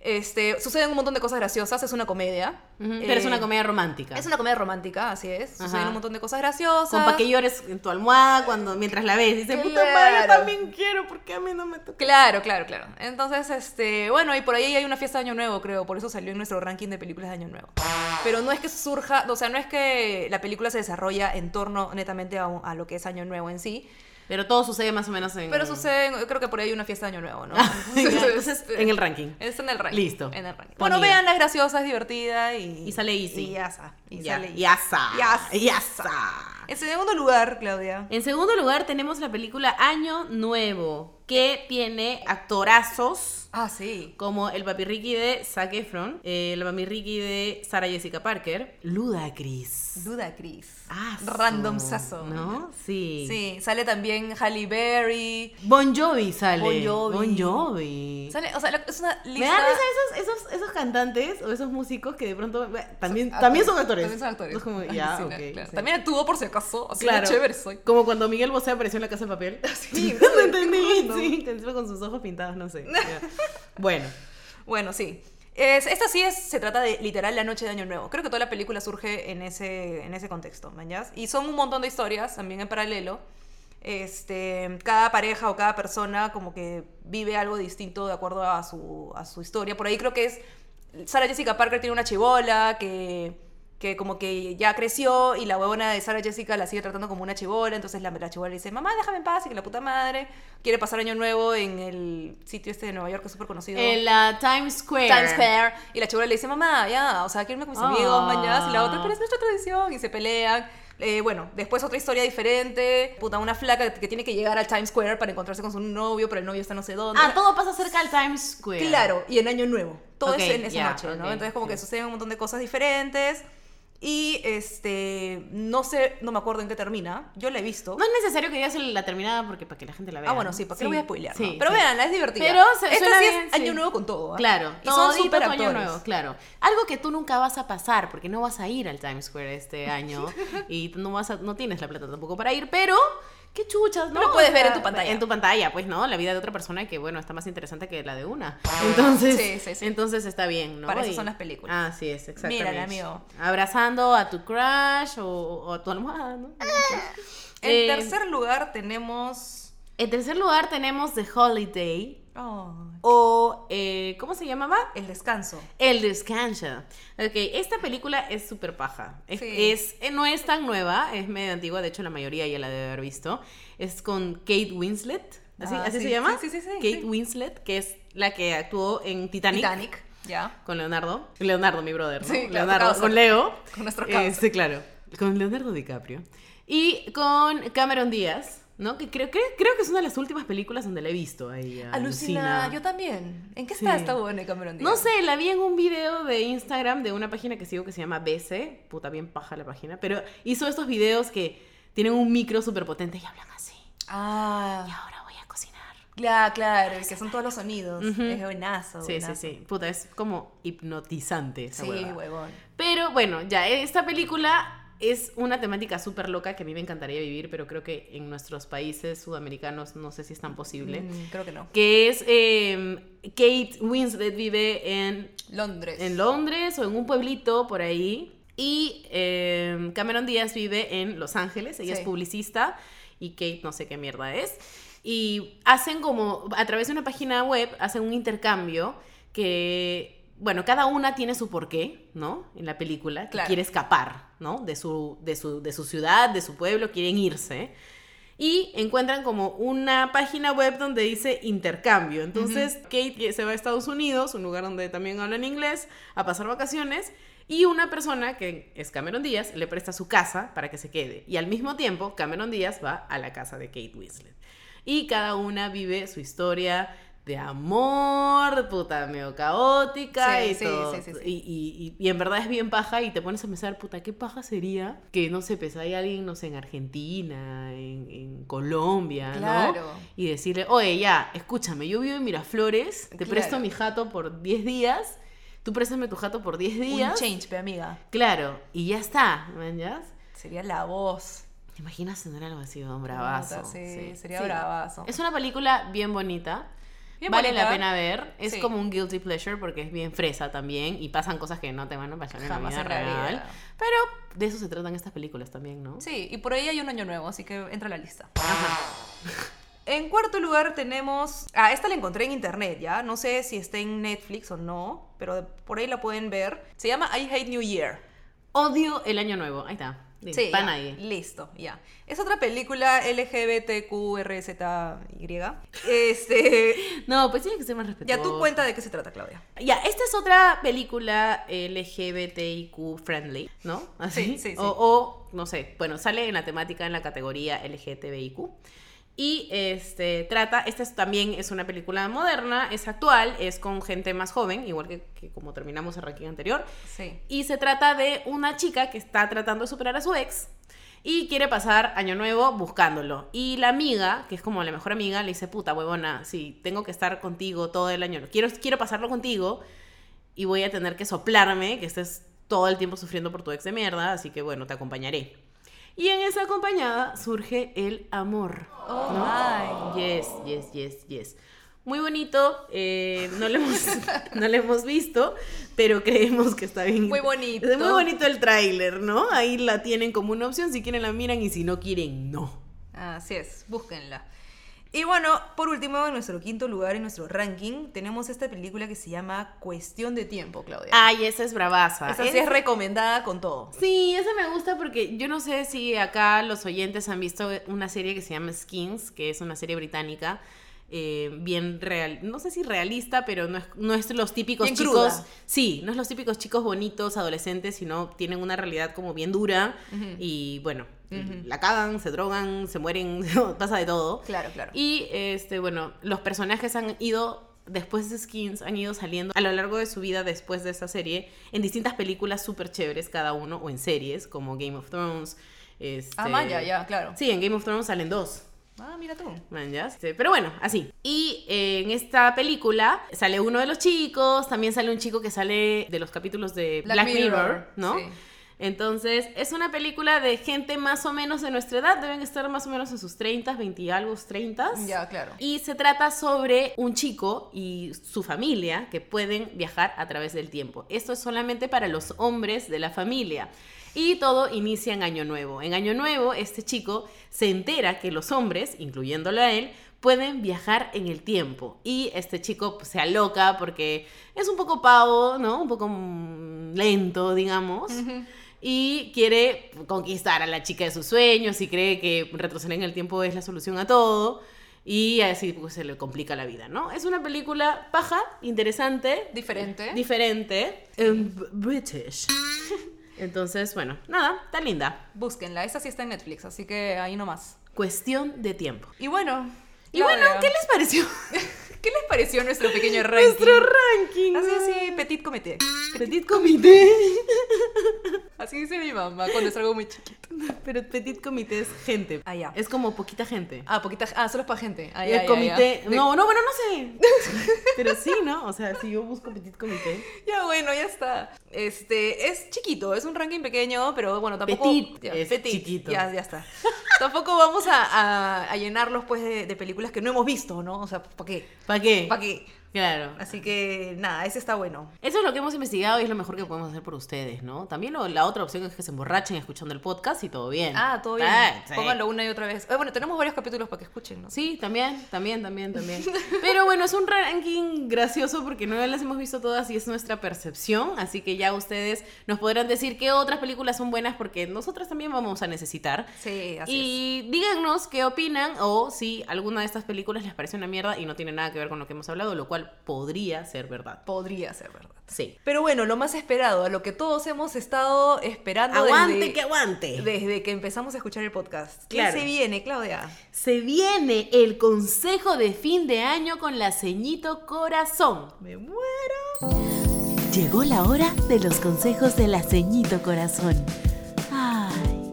[SPEAKER 2] Este, suceden un montón de cosas graciosas, es una comedia.
[SPEAKER 3] Ujú, Pero es
[SPEAKER 2] Eh,
[SPEAKER 3] una comedia romántica.
[SPEAKER 2] Es una comedia romántica, así es. Suceden
[SPEAKER 3] Ajá.
[SPEAKER 2] un montón de cosas graciosas.
[SPEAKER 3] Como para que llores en tu almohada cuando mientras la ves. Dices, puta madre,
[SPEAKER 2] Claro.
[SPEAKER 3] también quiero, porque a mí no me toca.
[SPEAKER 2] Claro, claro, claro. Entonces, este, bueno, y por ahí hay una fiesta de Año Nuevo, creo, por eso salió en nuestro ranking de películas de Año Nuevo. Pero no es que surja, o sea, no es que la película se desarrolla en torno netamente a, un- a lo que es Año Nuevo en sí,
[SPEAKER 3] Pero todo sucede más o menos en.
[SPEAKER 2] pero sucede, en- creo que por ahí hay una fiesta de Año Nuevo, ¿no?
[SPEAKER 3] (laughs) Ya, Mm. Entonces, en el ranking.
[SPEAKER 2] Está en el ranking.
[SPEAKER 3] Listo.
[SPEAKER 2] En el ranking.
[SPEAKER 3] Ponía.
[SPEAKER 2] Bueno, vean, es graciosa, es divertida y...
[SPEAKER 3] Y sale easy.
[SPEAKER 2] Y yasa. Y
[SPEAKER 3] Ya,
[SPEAKER 2] sale easy.
[SPEAKER 3] Yasa.
[SPEAKER 2] Yasa.
[SPEAKER 3] Yasa.
[SPEAKER 2] En segundo lugar, Claudia.
[SPEAKER 3] En segundo lugar tenemos la película Año Nuevo, que tiene actorazos
[SPEAKER 2] Ah, sí.
[SPEAKER 3] como el papirriqui de Zac Efron, el papirriqui de Sarah Jessica Parker, Ludacris.
[SPEAKER 2] Duda Cris.
[SPEAKER 3] Ah, su-
[SPEAKER 2] Random sasso.
[SPEAKER 3] ¿No? Sí.
[SPEAKER 2] Sí, sale también Halle Berry.
[SPEAKER 3] Bon Jovi sale.
[SPEAKER 2] Bon Jovi.
[SPEAKER 3] Bon Jovi.
[SPEAKER 2] Sale, o sea, lo- es una lista.
[SPEAKER 3] Me dan risa esos, esos, esos cantantes o esos músicos que de pronto bueno, también,
[SPEAKER 2] actores,
[SPEAKER 3] también son actores.
[SPEAKER 2] Ah, También son actores.
[SPEAKER 3] Es como,
[SPEAKER 2] Ay,
[SPEAKER 3] ya,
[SPEAKER 2] sí,
[SPEAKER 3] ok,
[SPEAKER 2] claro.
[SPEAKER 3] sí.
[SPEAKER 2] También actuó por si acaso. Así
[SPEAKER 3] Claro.
[SPEAKER 2] de chévere soy.
[SPEAKER 3] Como cuando Miguel Bosé apareció en la casa de papel.
[SPEAKER 2] (laughs)
[SPEAKER 3] (laughs)
[SPEAKER 2] Sí,
[SPEAKER 3] no entendí.
[SPEAKER 2] no.
[SPEAKER 3] Sí, que encima con sus ojos pintados, no
[SPEAKER 2] (laughs)
[SPEAKER 3] sé. Ya. Bueno,
[SPEAKER 2] Bueno, sí. Es- esta sí es, se trata de literal la noche de Año Nuevo. Creo que toda la película surge en ese, en ese contexto, ¿mañas? Y son un montón de historias también en paralelo. Este, cada pareja o cada persona como que vive algo distinto de acuerdo a su, a su historia. Por ahí creo que es... Sarah Jessica Parker tiene una chibola que, que como que ya creció y la huevona de Sarah Jessica la sigue tratando como una chibola. Entonces la, la chibola le dice, mamá, déjame en paz y que la puta madre quiere pasar Año Nuevo en el sitio este de Nueva York que es súper conocido.
[SPEAKER 3] en la Times Square.
[SPEAKER 2] Times Square. Y la chibola le dice, mamá, ya, o sea, quiero irme con mis
[SPEAKER 3] Ah.
[SPEAKER 2] amigos, mañana. Y la otra, pero es nuestra tradición. Y se pelean. Eh, bueno, después otra historia diferente. Puta, una flaca que tiene que llegar al Times Square para encontrarse con su novio, pero el novio está no sé dónde.
[SPEAKER 3] Ah, todo pasa cerca del Times Square.
[SPEAKER 2] Claro, y en Año Nuevo. Todo
[SPEAKER 3] Ok,
[SPEAKER 2] es en esa
[SPEAKER 3] ya,
[SPEAKER 2] noche, ¿no?
[SPEAKER 3] ok,
[SPEAKER 2] Entonces como que
[SPEAKER 3] sí.
[SPEAKER 2] suceden un montón de cosas diferentes. Y, este, no sé, no me acuerdo en qué termina. Yo la he visto.
[SPEAKER 3] No es necesario que digas el- la terminada porque para que la gente la vea.
[SPEAKER 2] Ah, bueno,
[SPEAKER 3] ¿no?
[SPEAKER 2] sí, ¿para qué lo voy a spoilear?
[SPEAKER 3] sí,
[SPEAKER 2] no? Pero
[SPEAKER 3] sí.
[SPEAKER 2] veanla, es divertida.
[SPEAKER 3] Pero se- suena
[SPEAKER 2] Esta sí
[SPEAKER 3] bien,
[SPEAKER 2] es
[SPEAKER 3] sí.
[SPEAKER 2] Año Nuevo con todo. ¿ah?
[SPEAKER 3] Claro,
[SPEAKER 2] Y son
[SPEAKER 3] todito
[SPEAKER 2] súper
[SPEAKER 3] tu año
[SPEAKER 2] actores.
[SPEAKER 3] nuevo, claro. Algo que tú nunca vas a pasar, porque no vas a ir al Times Square
[SPEAKER 2] (laughs)
[SPEAKER 3] este año y no vas a- no tienes la plata tampoco para ir, pero qué chuchas, ¿no?
[SPEAKER 2] Pero puedes ver en tu pantalla.
[SPEAKER 3] En tu pantalla, pues no, la vida de otra persona que bueno, está más interesante que la de una. Entonces,
[SPEAKER 2] Sí, sí, sí.
[SPEAKER 3] entonces está bien, ¿no?
[SPEAKER 2] Para eso
[SPEAKER 3] Y-
[SPEAKER 2] son las películas.
[SPEAKER 3] Así es, exactamente.
[SPEAKER 2] Mírala, amigo.
[SPEAKER 3] Abrazando a tu crush o, o a tu almohada,
[SPEAKER 2] (laughs)
[SPEAKER 3] ¿no?
[SPEAKER 2] En
[SPEAKER 3] Eh,
[SPEAKER 2] tercer lugar tenemos.
[SPEAKER 3] en tercer lugar tenemos The Holiday
[SPEAKER 2] Oh,
[SPEAKER 3] o eh, ¿cómo se llamaba?
[SPEAKER 2] el descanso.
[SPEAKER 3] El descanso. Ok, esta película es súper paja. Es,
[SPEAKER 2] Sí.
[SPEAKER 3] es- eh, no es tan nueva, es medio antigua, de hecho la mayoría ya la debe haber visto. Es con Kate Winslet, ¿así,
[SPEAKER 2] Ah,
[SPEAKER 3] así
[SPEAKER 2] sí,
[SPEAKER 3] se llama?
[SPEAKER 2] sí, sí, sí, sí,
[SPEAKER 3] Kate
[SPEAKER 2] sí.
[SPEAKER 3] Winslet, que es la que actuó en Titanic.
[SPEAKER 2] Titanic. Ya.
[SPEAKER 3] Con Leonardo. Leonardo, mi brother. ¿no?
[SPEAKER 2] Sí, claro,
[SPEAKER 3] Leonardo.
[SPEAKER 2] causa.
[SPEAKER 3] Con Leo.
[SPEAKER 2] Con nuestro
[SPEAKER 3] Eh,
[SPEAKER 2] causa.
[SPEAKER 3] sí, claro. Con Leonardo DiCaprio. Y con Cameron Díaz, ¿no? Que creo, creo, creo que es una de las últimas películas donde la he visto a ella.
[SPEAKER 2] Alucina, yo también. ¿En qué está
[SPEAKER 3] Sí.
[SPEAKER 2] esta buena de Cameron Díaz?
[SPEAKER 3] No sé, la vi en un video de Instagram de una página que sigo que se llama BC, puta bien paja la página, pero hizo estos videos que tienen un micro súper potente y hablan así. Y
[SPEAKER 2] Ah,
[SPEAKER 3] ahora voy a cocinar.
[SPEAKER 2] claro, claro, que son todos los sonidos.
[SPEAKER 3] Ujú.
[SPEAKER 2] Es buenazo.
[SPEAKER 3] Sí, sí,
[SPEAKER 2] buenazo.
[SPEAKER 3] sí. Puta, es como hipnotizante esa
[SPEAKER 2] Sí,
[SPEAKER 3] huevada.
[SPEAKER 2] huevón.
[SPEAKER 3] Pero bueno, ya, esta película es una temática súper loca que a mí me encantaría vivir, pero creo que en nuestros países sudamericanos no sé si es tan posible.
[SPEAKER 2] Mm, creo que no.
[SPEAKER 3] Que es eh, Kate Winslet vive en
[SPEAKER 2] Londres.
[SPEAKER 3] en Londres o en un pueblito por ahí. Y eh, Cameron Díaz vive en Los Ángeles, ella
[SPEAKER 2] Sí.
[SPEAKER 3] es publicista y Kate no sé qué mierda es. Y hacen como, a través de una página web, hacen un intercambio que, bueno, cada una tiene su porqué, ¿no? En la película, que
[SPEAKER 2] Claro.
[SPEAKER 3] quiere escapar, ¿no? De su, de, su, de su ciudad, de su pueblo, quieren irse y encuentran como una página web donde dice intercambio. Entonces, Kate que se va a Estados Unidos, un lugar donde también hablan inglés, a pasar vacaciones. Y una persona que es Cameron Díaz le presta su casa para que se quede. Y al mismo tiempo, Cameron Díaz va a la casa de Kate Winslet. Y cada una vive su historia de amor, puta, medio caótica
[SPEAKER 2] Sí,
[SPEAKER 3] y
[SPEAKER 2] sí,
[SPEAKER 3] todo.
[SPEAKER 2] sí, sí, sí.
[SPEAKER 3] Y, y- y- y en verdad es bien paja y te pones a pensar, puta, ¿qué paja sería que, no sé, pues hay alguien, no sé, en Argentina, en, en Colombia, ¿no?
[SPEAKER 2] Claro.
[SPEAKER 3] Y decirle, oye, ya, escúchame, yo vivo en Miraflores, te
[SPEAKER 2] Claro.
[SPEAKER 3] presto mi jato por 10 días, tú préstame tu jato por 10
[SPEAKER 2] Un
[SPEAKER 3] días.
[SPEAKER 2] change, pe amiga.
[SPEAKER 3] Claro, y ya está, ¿mañas?
[SPEAKER 2] Sería la voz.
[SPEAKER 3] ¿Te imaginas tener algo así, don bravazo?
[SPEAKER 2] Puta, sí, sería
[SPEAKER 3] Sí.
[SPEAKER 2] bravazo.
[SPEAKER 3] Es una película bien bonita.
[SPEAKER 2] Bien
[SPEAKER 3] vale
[SPEAKER 2] bonita.
[SPEAKER 3] la pena ver. Es
[SPEAKER 2] Sí.
[SPEAKER 3] como un guilty pleasure porque es bien fresa también y pasan cosas que no te van a pasar en
[SPEAKER 2] Jamás
[SPEAKER 3] la
[SPEAKER 2] en
[SPEAKER 3] vida
[SPEAKER 2] la
[SPEAKER 3] real.
[SPEAKER 2] vida.
[SPEAKER 3] Pero de eso se tratan estas películas también, ¿no?
[SPEAKER 2] Sí, y por ahí hay un año nuevo, así que entra a la lista. En cuarto lugar tenemos... Ah, esta la encontré en internet, ¿ya? No sé si está en Netflix o no, pero por ahí la pueden ver. Se llama I Hate New Year.
[SPEAKER 3] Odio el año nuevo. Ahí está. Sí,
[SPEAKER 2] ya.
[SPEAKER 3] para nadie.
[SPEAKER 2] Listo, ya. Es otra película LGBTQRZY. Este,
[SPEAKER 3] No, pues tiene que ser más respetuoso.
[SPEAKER 2] ya tú cuenta de qué se trata, Claudia.
[SPEAKER 3] Ya, esta es otra película LGBTIQ friendly, ¿no? Así.
[SPEAKER 2] Sí, sí, sí.
[SPEAKER 3] O, o, no sé, bueno, sale en la temática en la categoría LGTBIQ. Y este trata, esta es- también es una película moderna, es actual, es con gente más joven, igual que, que como terminamos el ranking anterior.
[SPEAKER 2] Sí.
[SPEAKER 3] Y se trata de una chica que está tratando de superar a su ex y quiere pasar año nuevo buscándolo. Y la amiga, que es como la mejor amiga, le dice, puta huevona, sí, tengo que estar contigo todo el año. Quiero, quiero pasarlo contigo y voy a tener que soplarme que estés todo el tiempo sufriendo por tu ex de mierda, así que bueno, te acompañaré. Y en esa acompañada surge el amor.
[SPEAKER 2] Oh,
[SPEAKER 3] ¿no?
[SPEAKER 2] my.
[SPEAKER 3] Yes, yes, yes, yes. Muy bonito, eh, no, lo hemos, (laughs) no lo hemos visto, pero creemos que está bien.
[SPEAKER 2] Muy bonito.
[SPEAKER 3] Es muy bonito el tráiler, ¿no? Ahí la tienen como una opción, si quieren la miran y si no quieren, no.
[SPEAKER 2] Así es, búsquenla. Y bueno, por último, en nuestro quinto lugar en nuestro ranking, tenemos esta película que se llama Cuestión de Tiempo, Claudia.
[SPEAKER 3] Ay, esa es bravaza.
[SPEAKER 2] Esa sí es recomendada con todo.
[SPEAKER 3] Sí, esa me gusta porque yo no sé si acá los oyentes han visto una serie que se llama Skins, que es una serie británica. eh, bien real, no sé si realista, pero no es, no es los típicos
[SPEAKER 2] Bien
[SPEAKER 3] chicos.
[SPEAKER 2] cruda.
[SPEAKER 3] Sí, no es los típicos chicos bonitos, adolescentes, sino tienen una realidad como bien dura.
[SPEAKER 2] Ujú.
[SPEAKER 3] Y bueno,
[SPEAKER 2] Ujú.
[SPEAKER 3] la cagan, se drogan, se mueren, (laughs) pasa de todo.
[SPEAKER 2] Claro, claro.
[SPEAKER 3] Y este, bueno, los personajes han ido, después de Skins, han ido saliendo a lo largo de su vida después de esta serie en distintas películas súper chéveres cada uno o en series como Game of Thrones. Este...
[SPEAKER 2] Ah, Maya, ya, claro.
[SPEAKER 3] Sí, en Game of Thrones salen dos.
[SPEAKER 2] Ah, mira tú.
[SPEAKER 3] Man, ya. Este, Pero bueno, así. Y eh, en esta película sale uno de los chicos, también sale un chico que sale de los capítulos de Black, Mirror, ¿no?
[SPEAKER 2] Sí.
[SPEAKER 3] Entonces, es una película de gente más o menos de nuestra edad, deben estar más o menos en sus 30, 20 y algo, 30.
[SPEAKER 2] Ya, claro.
[SPEAKER 3] Y se trata sobre un chico y su familia que pueden viajar a través del tiempo. Esto es solamente para los hombres de la familia. Y todo inicia en Año Nuevo. En Año Nuevo, este chico se entera que los hombres, incluyéndolo a él, pueden viajar en el tiempo. Y este chico pues, se aloca porque es un poco pavo, ¿no? Un poco mm, lento, digamos
[SPEAKER 2] Ujú.
[SPEAKER 3] y quiere conquistar a la chica de sus sueños y cree que retroceder en el tiempo es la solución a todo y así pues, se le complica la vida, ¿no? Es una película paja, interesante,
[SPEAKER 2] Diferente.
[SPEAKER 3] diferente, em, b- British. (laughs) Entonces, bueno, nada, está linda.
[SPEAKER 2] Búsquenla, esa sí está en Netflix, así que ahí nomás.
[SPEAKER 3] Cuestión de tiempo.
[SPEAKER 2] Y bueno.
[SPEAKER 3] Y bueno,
[SPEAKER 2] Claudia,
[SPEAKER 3] ¿qué les pareció
[SPEAKER 2] ¿qué les (laughs) pareció nuestro (laughs) pequeño ranking?
[SPEAKER 3] nuestro ranking?
[SPEAKER 2] Así,
[SPEAKER 3] güey?
[SPEAKER 2] así, petit comité.
[SPEAKER 3] Petit comité. (laughs)
[SPEAKER 2] Así dice mi mamá cuando es algo muy chiquito.
[SPEAKER 3] Pero petit comité es gente.
[SPEAKER 2] Ah, ya.
[SPEAKER 3] Es como poquita gente.
[SPEAKER 2] Ah, poquita. Ah, solo es para gente. Ah,
[SPEAKER 3] Y
[SPEAKER 2] ya,
[SPEAKER 3] el
[SPEAKER 2] ya,
[SPEAKER 3] comité.
[SPEAKER 2] ya.
[SPEAKER 3] No, no, bueno, no
[SPEAKER 2] (laughs)
[SPEAKER 3] sé. Pero sí, ¿no? O sea, si yo busco petit comité.
[SPEAKER 2] Ya bueno, ya está. Este, es chiquito, es un ranking pequeño, pero bueno, tampoco.
[SPEAKER 3] Petit
[SPEAKER 2] ya,
[SPEAKER 3] es chiquito.
[SPEAKER 2] Ya, ya está. tampoco vamos a, a- a llenarlos pues de, de películas que no hemos visto, ¿no? O sea, ¿para qué?
[SPEAKER 3] ¿Para qué?
[SPEAKER 2] ¿Para qué?
[SPEAKER 3] Claro.
[SPEAKER 2] Así que nada, ese está bueno.
[SPEAKER 3] Eso es lo que hemos investigado y es lo mejor que podemos hacer por ustedes, ¿no? También lo- la otra opción es que se emborrachen escuchando el podcast y todo bien.
[SPEAKER 2] Ah, todo bien.
[SPEAKER 3] Ah, sí.
[SPEAKER 2] Pónganlo una y otra vez. Eh, bueno, tenemos varios capítulos para que escuchen, ¿no?
[SPEAKER 3] Sí, también, también, también, también. Pero bueno, es un ranking gracioso porque no las hemos visto todas y es nuestra percepción, así que ya ustedes nos podrán decir qué otras películas son buenas porque nosotras también vamos a necesitar.
[SPEAKER 2] Sí, así
[SPEAKER 3] Y díganos qué opinan o si alguna de estas películas les parece una mierda y no tiene nada que ver con lo que hemos hablado, lo cual podría ser verdad.
[SPEAKER 2] Podría ser verdad.
[SPEAKER 3] Sí.
[SPEAKER 2] Pero bueno, lo más esperado, a lo que todos hemos estado esperando
[SPEAKER 3] Aguante
[SPEAKER 2] desde,
[SPEAKER 3] que aguante.
[SPEAKER 2] desde que empezamos a escuchar el podcast. ¿Qué
[SPEAKER 3] Claro.
[SPEAKER 2] se viene, Claudia?
[SPEAKER 3] Se viene el consejo de fin de año con la ceñito corazón.
[SPEAKER 2] Me muero.
[SPEAKER 5] Llegó la hora de los consejos de la ceñito corazón. Ay,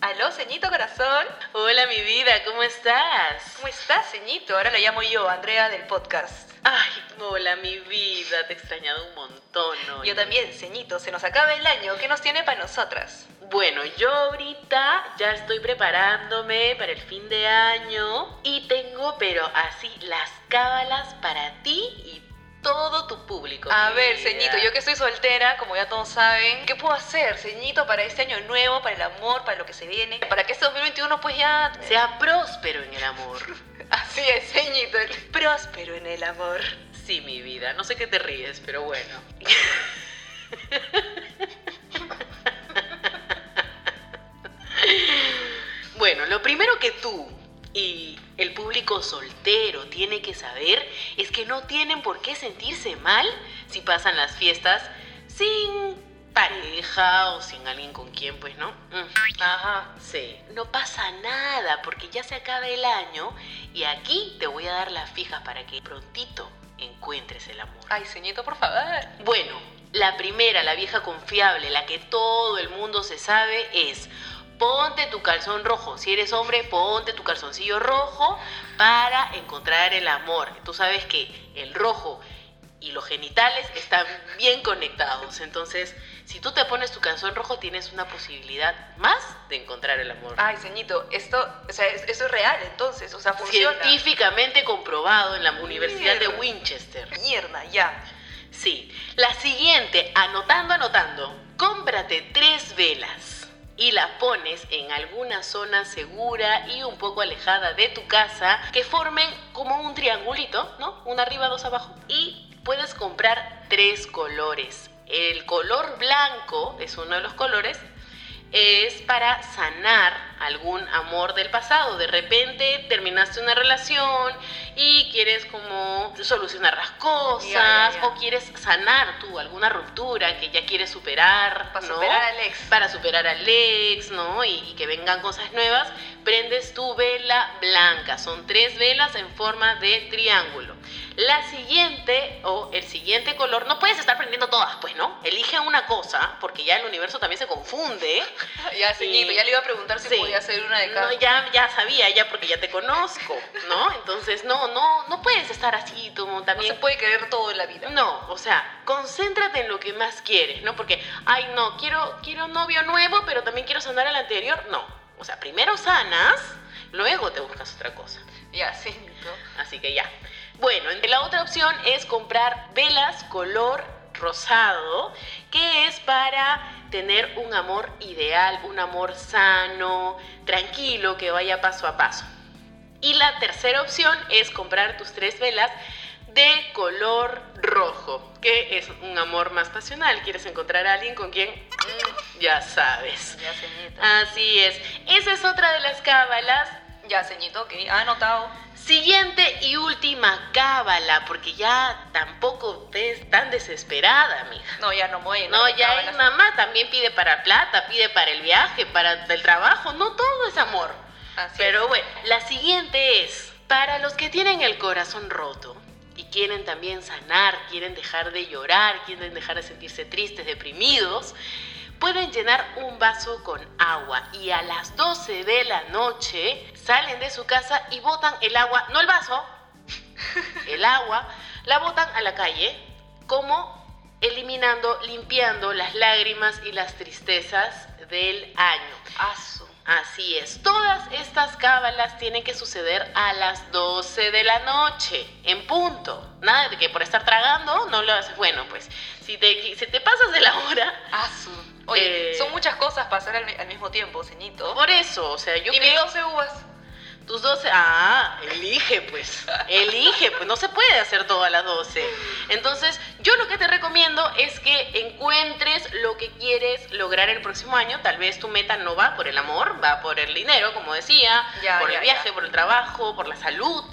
[SPEAKER 1] Aló, ceñito corazón.
[SPEAKER 6] Hola, mi vida, ¿cómo estás?
[SPEAKER 1] ¿Cómo estás, ceñito? Ahora la llamo yo, Andrea del podcast.
[SPEAKER 6] Ay, hola, mi vida, te he extrañado un montón. ¿no?
[SPEAKER 1] Yo también, ceñito. Se nos acaba el año. ¿Qué nos tiene para nosotras?
[SPEAKER 6] Bueno, yo ahorita ya estoy preparándome para el fin de año y tengo, pero así, las cábalas para ti y todo tu público.
[SPEAKER 1] A
[SPEAKER 6] mi
[SPEAKER 1] ver,
[SPEAKER 6] vida.
[SPEAKER 1] ceñito, yo que estoy soltera, como ya todos saben, ¿qué puedo hacer, ceñito, para este año nuevo, para el amor, para lo que se viene? Para que este 2021 pues ya
[SPEAKER 6] Sea próspero en el amor.
[SPEAKER 1] (laughs) Así es, ceñito, el próspero en el amor.
[SPEAKER 6] Sí, mi vida, no sé qué te ríes, pero bueno. bueno, lo primero que tú y el público soltero tiene que saber es que no tienen por qué sentirse mal si pasan las fiestas sin pareja o sin alguien con quien, pues, ¿no? Mm,
[SPEAKER 1] Ajá.
[SPEAKER 6] Sí, no pasa nada porque ya se acaba el año y aquí te voy a dar las fijas para que prontito encuentres el amor.
[SPEAKER 1] Ay, ceñito, por favor.
[SPEAKER 6] Bueno, la primera, la vieja confiable, la que todo el mundo se sabe es ponte tu calzón rojo. Si eres hombre, ponte tu calzoncillo rojo para encontrar el amor. Tú sabes que el rojo y los genitales están bien conectados. Entonces, si tú te pones tu calzón rojo, tienes una posibilidad más de encontrar el amor.
[SPEAKER 2] Ah,
[SPEAKER 1] Ay, ceñito, esto, o sea, es- esto es real, entonces, o sea, funciona.
[SPEAKER 6] Científicamente comprobado en la Universidad de
[SPEAKER 1] Mierda.
[SPEAKER 6] Winchester.
[SPEAKER 1] Mierda, ya.
[SPEAKER 6] Sí, la siguiente, anotando, anotando, cómprate tres velas y las pones en alguna zona segura y un poco alejada de tu casa que formen como un triangulito, ¿no? Una arriba, dos abajo. Y puedes comprar tres colores. El color blanco es uno de los colores es para sanar algún amor del pasado. De repente terminaste una relación y quieres como solucionar las cosas
[SPEAKER 1] Ya, ya, ya.
[SPEAKER 6] o quieres sanar tú alguna ruptura que ya quieres superar,
[SPEAKER 1] Para
[SPEAKER 6] ¿no?
[SPEAKER 1] superar al ex.
[SPEAKER 6] Para superar al ex, ¿no? Y, y que vengan cosas nuevas, prendes tu vela blanca. Son tres velas en forma de triángulo. La siguiente o el siguiente color, no puedes estar prendiendo todas, pues, ¿no? Elige una cosa, porque ya el universo también se confunde.
[SPEAKER 1] Ya,
[SPEAKER 6] Sí.
[SPEAKER 1] ceñito, ya le iba a preguntar si
[SPEAKER 6] Sí.
[SPEAKER 1] podía hacer una de cada.
[SPEAKER 6] No, ya, ya sabía, ya porque ya te conozco, ¿no? Entonces, no, no, no puedes estar así, como
[SPEAKER 1] No
[SPEAKER 6] también.
[SPEAKER 1] se puede querer todo en la vida.
[SPEAKER 6] No, o sea, concéntrate en lo que más quieres, ¿no? Porque, ay, no, quiero, quiero novio nuevo, pero también quiero sanar al anterior. No, o sea, primero sanas, luego te buscas otra cosa.
[SPEAKER 1] Ya, ceñito.
[SPEAKER 6] Así que ya. Bueno, en- la otra opción es comprar velas color rosado, que es para tener un amor ideal, un amor sano, tranquilo, que vaya paso a paso. Y la tercera opción es comprar tus tres velas de color rojo, que es un amor más pasional. Quieres encontrar a alguien con quien mm, ya sabes.
[SPEAKER 1] Ya, ceñito.
[SPEAKER 6] Así es. Esa es otra de las cábalas
[SPEAKER 1] Ya, ceñito, ok. Ah, anotado.
[SPEAKER 6] Siguiente y última cábala, porque ya tampoco estés tan desesperada, mija.
[SPEAKER 1] No, ya no voy.
[SPEAKER 6] No, ya
[SPEAKER 1] cábalas.
[SPEAKER 6] es mamá, también pide para plata, pide para el viaje, para el trabajo, no todo es amor.
[SPEAKER 1] Así
[SPEAKER 6] Pero bueno, la siguiente es, para los que tienen el corazón roto y quieren también sanar, quieren dejar de llorar, quieren dejar de sentirse tristes, deprimidos, pueden llenar un vaso con agua y a las 12 de la noche salen de su casa y botan el agua, no el vaso, el agua, la botan a la calle como eliminando, limpiando las lágrimas y las tristezas del año.
[SPEAKER 1] es. Aso.
[SPEAKER 6] Así es, todas estas cábalas tienen que suceder a las 12 de la noche, en punto. Nada de que por estar tragando no lo haces. Bueno, pues si te, si te pasas de la hora,
[SPEAKER 1] Aso. Oye,
[SPEAKER 6] Eh.
[SPEAKER 1] son muchas cosas para hacer al, mi- al mismo tiempo, ceñito.
[SPEAKER 6] por eso, o sea, yo
[SPEAKER 1] y mis
[SPEAKER 6] creo-
[SPEAKER 1] 12 uvas.
[SPEAKER 6] Tus 12. Ah, elige pues. Elige, pues no se puede hacer todo a las 12. Entonces, yo lo que te recomiendo es que encuentres lo que quieres lograr el próximo año. Tal vez tu meta no va por el amor, va por el dinero, como decía,
[SPEAKER 1] Ya,
[SPEAKER 6] por
[SPEAKER 1] ya,
[SPEAKER 6] el viaje,
[SPEAKER 1] ya.
[SPEAKER 6] por el trabajo, por la salud.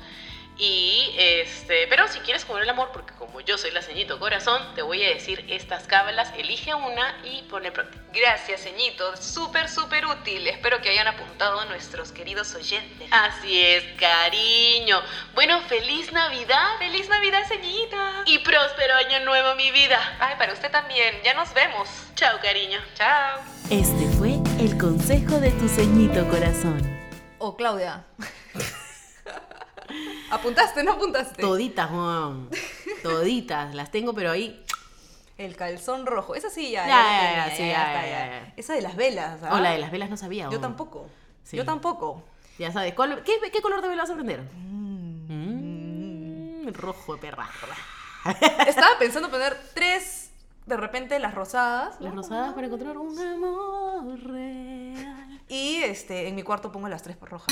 [SPEAKER 6] Y este, pero si quieres cobrar el amor, porque como yo soy la ceñito corazón, te voy a decir estas cábalas, elige una y pone práctica.
[SPEAKER 1] Gracias, ceñito. Súper, súper útil. Espero que hayan apuntado nuestros queridos oyentes. ¡Ah,
[SPEAKER 6] Así es, cariño. Bueno, feliz Navidad
[SPEAKER 1] ¡Feliz Navidad, ceñita!
[SPEAKER 6] y próspero año nuevo, mi vida.
[SPEAKER 1] Ay, para usted también. Ya nos vemos.
[SPEAKER 6] Chao, cariño.
[SPEAKER 1] Chao.
[SPEAKER 5] Este fue el consejo de tu ceñito corazón.
[SPEAKER 2] O Oh, Claudia. (laughs) ¿Apuntaste? ¿No apuntaste?
[SPEAKER 3] (laughs) Toditas, Juan. Toditas. Las tengo, pero ahí.
[SPEAKER 2] El calzón rojo. Esa sí ya.
[SPEAKER 3] Ya,
[SPEAKER 2] la
[SPEAKER 3] ya,
[SPEAKER 2] tenía,
[SPEAKER 3] sí, ya,
[SPEAKER 2] está,
[SPEAKER 3] ya, ya.
[SPEAKER 2] Esa de las velas. ¿ah?
[SPEAKER 3] O Oh, la de las velas no sabía.
[SPEAKER 2] Yo
[SPEAKER 3] huevón.
[SPEAKER 2] tampoco.
[SPEAKER 3] Sí.
[SPEAKER 2] Yo tampoco.
[SPEAKER 3] Ya sabes. ¿cuál- qué, qué color de vela vas a prender? Mm, rojo, perra.
[SPEAKER 2] Estaba pensando poner tres, de repente, las rosadas.
[SPEAKER 3] Las
[SPEAKER 2] ¿no?
[SPEAKER 3] rosadas para encontrar un amor real.
[SPEAKER 2] Y este, en mi cuarto pongo las tres rojas.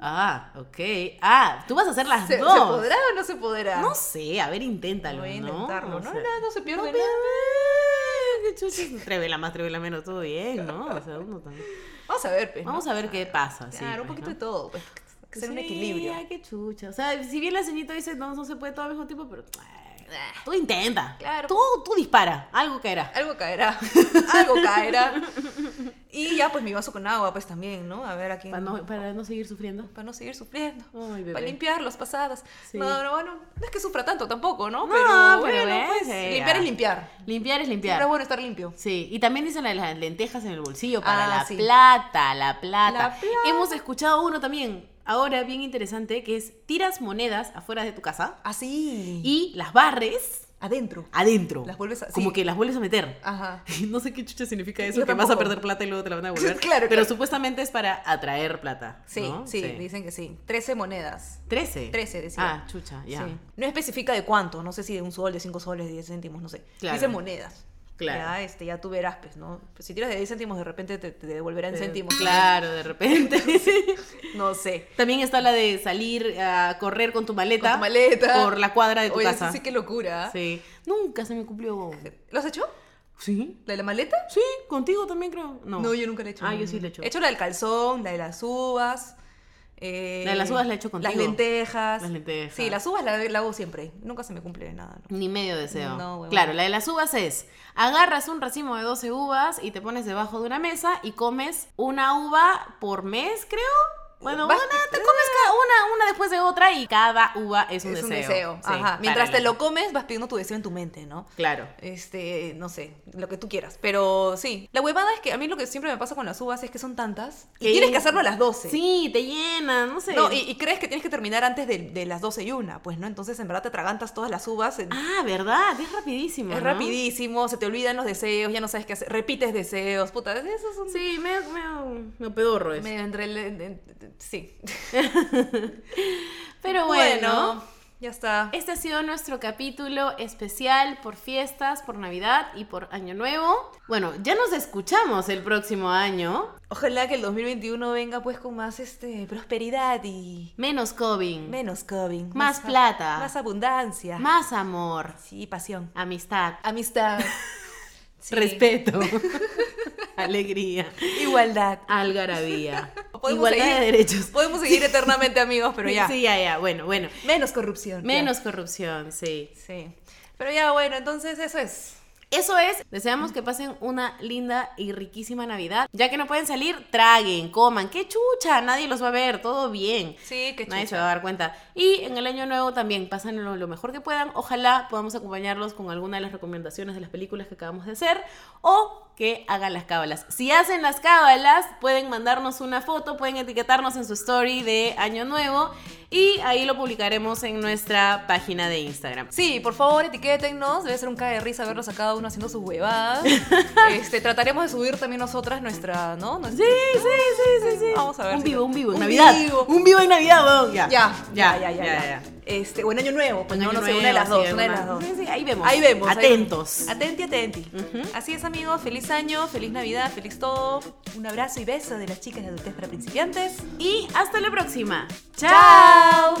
[SPEAKER 3] Ah, ok. Ah, tú vas a hacer las
[SPEAKER 2] ¿Se,
[SPEAKER 3] dos.
[SPEAKER 2] se podrá o no se podrá?
[SPEAKER 3] No sé, a ver, inténtalo.
[SPEAKER 2] Voy a
[SPEAKER 3] ¿no?
[SPEAKER 2] intentarlo.
[SPEAKER 3] O
[SPEAKER 2] No,
[SPEAKER 3] sea,
[SPEAKER 2] no, no se
[SPEAKER 3] no,
[SPEAKER 2] pierde
[SPEAKER 3] pero,
[SPEAKER 2] nada.
[SPEAKER 3] eh, qué chuchas. Tres velas más, tres velas menos, todo bien, ¿no? O sea, uno
[SPEAKER 2] (laughs)
[SPEAKER 3] también.
[SPEAKER 2] Vamos a ver, pues. ¿no?
[SPEAKER 3] Vamos a ver qué pasa. sí,
[SPEAKER 2] Claro, un
[SPEAKER 3] pues,
[SPEAKER 2] poquito
[SPEAKER 3] ¿no?
[SPEAKER 2] de todo. Pues. Hay que ser un
[SPEAKER 3] Sí,
[SPEAKER 2] equilibrio.
[SPEAKER 3] ay, qué chucha. O sea, si bien la ceñita dice no, no se puede todo al mismo tiempo, pero. ay, Tú intenta.
[SPEAKER 2] Ah. Claro.
[SPEAKER 3] Tú, tú dispara. Algo caerá.
[SPEAKER 2] Algo caerá. (laughs) Algo
[SPEAKER 3] (laughs)
[SPEAKER 2] caerá. Y ya, pues mi vaso con agua, pues también, ¿no? A ver aquí.
[SPEAKER 3] Para no, para no seguir sufriendo.
[SPEAKER 2] para no seguir sufriendo,
[SPEAKER 3] Ay, bebé.
[SPEAKER 2] para limpiar los pasados.
[SPEAKER 3] Sí.
[SPEAKER 2] No, no, bueno, no es que sufra tanto tampoco, ¿no? pues,
[SPEAKER 3] No, pero ves, eh,
[SPEAKER 2] limpiar
[SPEAKER 3] ya.
[SPEAKER 2] es limpiar.
[SPEAKER 3] Limpiar es
[SPEAKER 2] Siempre es
[SPEAKER 3] limpiar.
[SPEAKER 2] bueno estar limpio.
[SPEAKER 3] Sí, y también dicen la de las lentejas en el bolsillo para
[SPEAKER 2] Ah,
[SPEAKER 3] la
[SPEAKER 2] sí.
[SPEAKER 3] plata, la plata.
[SPEAKER 2] La plata.
[SPEAKER 3] Hemos escuchado uno también, ahora bien interesante, que es tiras monedas afuera de tu casa
[SPEAKER 2] Así.
[SPEAKER 3] y las barres
[SPEAKER 2] adentro.
[SPEAKER 3] adentro.
[SPEAKER 2] Las vuelves a-
[SPEAKER 3] Como
[SPEAKER 2] sí.
[SPEAKER 3] que las vuelves a meter. (laughs)
[SPEAKER 2] Ajá.
[SPEAKER 3] No sé qué chucha significa eso,
[SPEAKER 2] Yo
[SPEAKER 3] que vas a
[SPEAKER 2] tampoco.
[SPEAKER 3] perder plata y luego
[SPEAKER 2] (laughs)
[SPEAKER 3] te la van a devolver.
[SPEAKER 2] Claro,
[SPEAKER 3] Pero
[SPEAKER 2] claro.
[SPEAKER 3] supuestamente es para atraer plata.
[SPEAKER 2] Sí,
[SPEAKER 3] ¿no?
[SPEAKER 2] sí, dicen que sí. 13 monedas.
[SPEAKER 3] 13.
[SPEAKER 2] 13 decía.
[SPEAKER 3] Ah, chucha, ya.
[SPEAKER 2] Sí. No especifica de cuánto, no sé si de un sol, de 5 soles, de 10 céntimos, no sé.
[SPEAKER 3] Claro.
[SPEAKER 2] Dice monedas.
[SPEAKER 3] Claro.
[SPEAKER 2] Ya, este, ya tú verás, pues, ¿no? Pues si tiras de 10 céntimos, de repente te, te devolverán
[SPEAKER 3] Eh,
[SPEAKER 2] céntimos.
[SPEAKER 3] Claro, de
[SPEAKER 2] (laughs)
[SPEAKER 3] repente. (laughs)
[SPEAKER 2] No sé.
[SPEAKER 3] También está la de salir a correr con tu maleta.
[SPEAKER 2] Con tu maleta.
[SPEAKER 3] Por la cuadra de tu
[SPEAKER 2] Oye, eso
[SPEAKER 3] casa.
[SPEAKER 2] sí, qué locura.
[SPEAKER 3] Sí. Nunca se me cumplió.
[SPEAKER 2] ¿Lo has hecho?
[SPEAKER 3] ¿Sí?
[SPEAKER 2] ¿La de la maleta?
[SPEAKER 3] Sí, contigo también creo. No.
[SPEAKER 2] No, yo nunca la he hecho.
[SPEAKER 3] Ah, yo sí la he hecho.
[SPEAKER 2] He hecho la del calzón, la de las uvas. eh,
[SPEAKER 3] La de las uvas la he hecho
[SPEAKER 2] Las
[SPEAKER 3] contigo.
[SPEAKER 2] lentejas.
[SPEAKER 3] Las lentejas.
[SPEAKER 2] Sí, las uvas la, la hago siempre. Nunca se me cumple nada. ¿no?
[SPEAKER 3] Ni medio deseo.
[SPEAKER 2] No, huevón.
[SPEAKER 3] claro, la de las uvas es, agarras un racimo de 12 uvas y te pones debajo de una mesa y comes una uva por mes, creo. Bueno,
[SPEAKER 2] Vas-
[SPEAKER 3] una, te comes cada una, una después de otra y cada uva es un
[SPEAKER 2] es un
[SPEAKER 3] deseo.
[SPEAKER 2] deseo.
[SPEAKER 3] Sí,
[SPEAKER 2] Ajá. Mientras te
[SPEAKER 3] párale.
[SPEAKER 2] lo comes, vas pidiendo tu deseo en tu mente, ¿no?
[SPEAKER 3] Claro.
[SPEAKER 2] Este, no sé, lo que tú quieras. Pero sí, la huevada es que a mí lo que siempre me pasa con las uvas es que son tantas. Y
[SPEAKER 3] Que-
[SPEAKER 2] tienes que hacerlo a las 12.
[SPEAKER 3] Eh, Sí, te llena, no sé.
[SPEAKER 2] No, y, y crees que tienes que terminar antes de, de las 12 y una, pues no, entonces en verdad te atragantas todas las uvas en,
[SPEAKER 3] Ah, verdad, es rapidísimo.
[SPEAKER 2] Es
[SPEAKER 3] ¿no?
[SPEAKER 2] rapidísimo, se te olvidan los deseos, ya no sabes qué hacer, repites deseos, puta, eso es pues, un...
[SPEAKER 3] Sí, medio, medio, medio pedorro es.
[SPEAKER 2] medio entre el- en- en- sí.
[SPEAKER 3] Pero bueno.
[SPEAKER 2] ya está.
[SPEAKER 3] Este ha sido nuestro capítulo especial por fiestas, por Navidad y por Año Nuevo. Bueno, ya nos escuchamos el próximo año.
[SPEAKER 2] Ojalá que el 2021 venga pues con más este prosperidad y
[SPEAKER 3] Menos COVID,
[SPEAKER 2] menos COVID,
[SPEAKER 3] Más
[SPEAKER 2] a-
[SPEAKER 3] plata.
[SPEAKER 2] más abundancia,
[SPEAKER 3] más amor,
[SPEAKER 2] sí, pasión,
[SPEAKER 3] amistad,
[SPEAKER 2] (laughs) amistad,
[SPEAKER 3] (laughs)
[SPEAKER 2] Sí. (laughs)
[SPEAKER 3] respeto, alegría,
[SPEAKER 2] igualdad.
[SPEAKER 3] algarabía,
[SPEAKER 2] Podemos
[SPEAKER 3] igualdad
[SPEAKER 2] seguir-
[SPEAKER 3] de derechos.
[SPEAKER 2] Podemos seguir eternamente amigos, pero ya.
[SPEAKER 3] Sí, ya, ya. Bueno, bueno.
[SPEAKER 2] Menos corrupción. ya.
[SPEAKER 3] Menos corrupción, sí.
[SPEAKER 2] Sí. Pero ya bueno, entonces eso es.
[SPEAKER 3] Eso es, deseamos que pasen una linda y riquísima Navidad. Ya que no pueden salir, traguen, coman. ¡Qué chucha! Nadie los va a ver, todo bien.
[SPEAKER 2] Sí, que
[SPEAKER 3] Nadie se va a dar cuenta. Y en el año nuevo también, pasen lo, lo mejor que puedan. Ojalá podamos acompañarlos con alguna de las recomendaciones de las películas que acabamos de hacer o que hagan las cábalas. Si hacen las cábalas, pueden mandarnos una foto, pueden etiquetarnos en su story de año nuevo y ahí lo publicaremos en nuestra página de Instagram.
[SPEAKER 2] Sí, por favor, etiquétennos. Debe ser un cae de risa verlos a cada uno haciendo sus
[SPEAKER 3] (laughs)
[SPEAKER 2] huevadas. este, trataremos de subir también nosotras nuestra, ¿no? Nuestra-
[SPEAKER 3] Sí, sí, sí, sí, sí.
[SPEAKER 2] Vamos a ver
[SPEAKER 3] Un
[SPEAKER 2] si
[SPEAKER 3] vivo,
[SPEAKER 2] lo-
[SPEAKER 3] un vivo en
[SPEAKER 2] un
[SPEAKER 3] Navidad.
[SPEAKER 2] vivo.
[SPEAKER 3] Un vivo en Navidad, weón. Ya.
[SPEAKER 2] Ya, ya, ya, ya, ya. Este, o en Año Nuevo, pues
[SPEAKER 3] Año
[SPEAKER 2] no, no sé,
[SPEAKER 3] Nuevo,
[SPEAKER 2] una de las
[SPEAKER 3] sí,
[SPEAKER 2] dos, una de
[SPEAKER 3] una-
[SPEAKER 2] las dos.
[SPEAKER 3] sí, sí, ahí vemos.
[SPEAKER 2] Ahí vemos. ahí
[SPEAKER 3] Atentos.
[SPEAKER 2] vemos. Atenti, atenti.
[SPEAKER 7] Así es, amigos. Feliz año, feliz Navidad, feliz todo.
[SPEAKER 2] Un abrazo y beso de las chicas de adultez para principiantes.
[SPEAKER 3] Y hasta la próxima.
[SPEAKER 2] ¡Chao!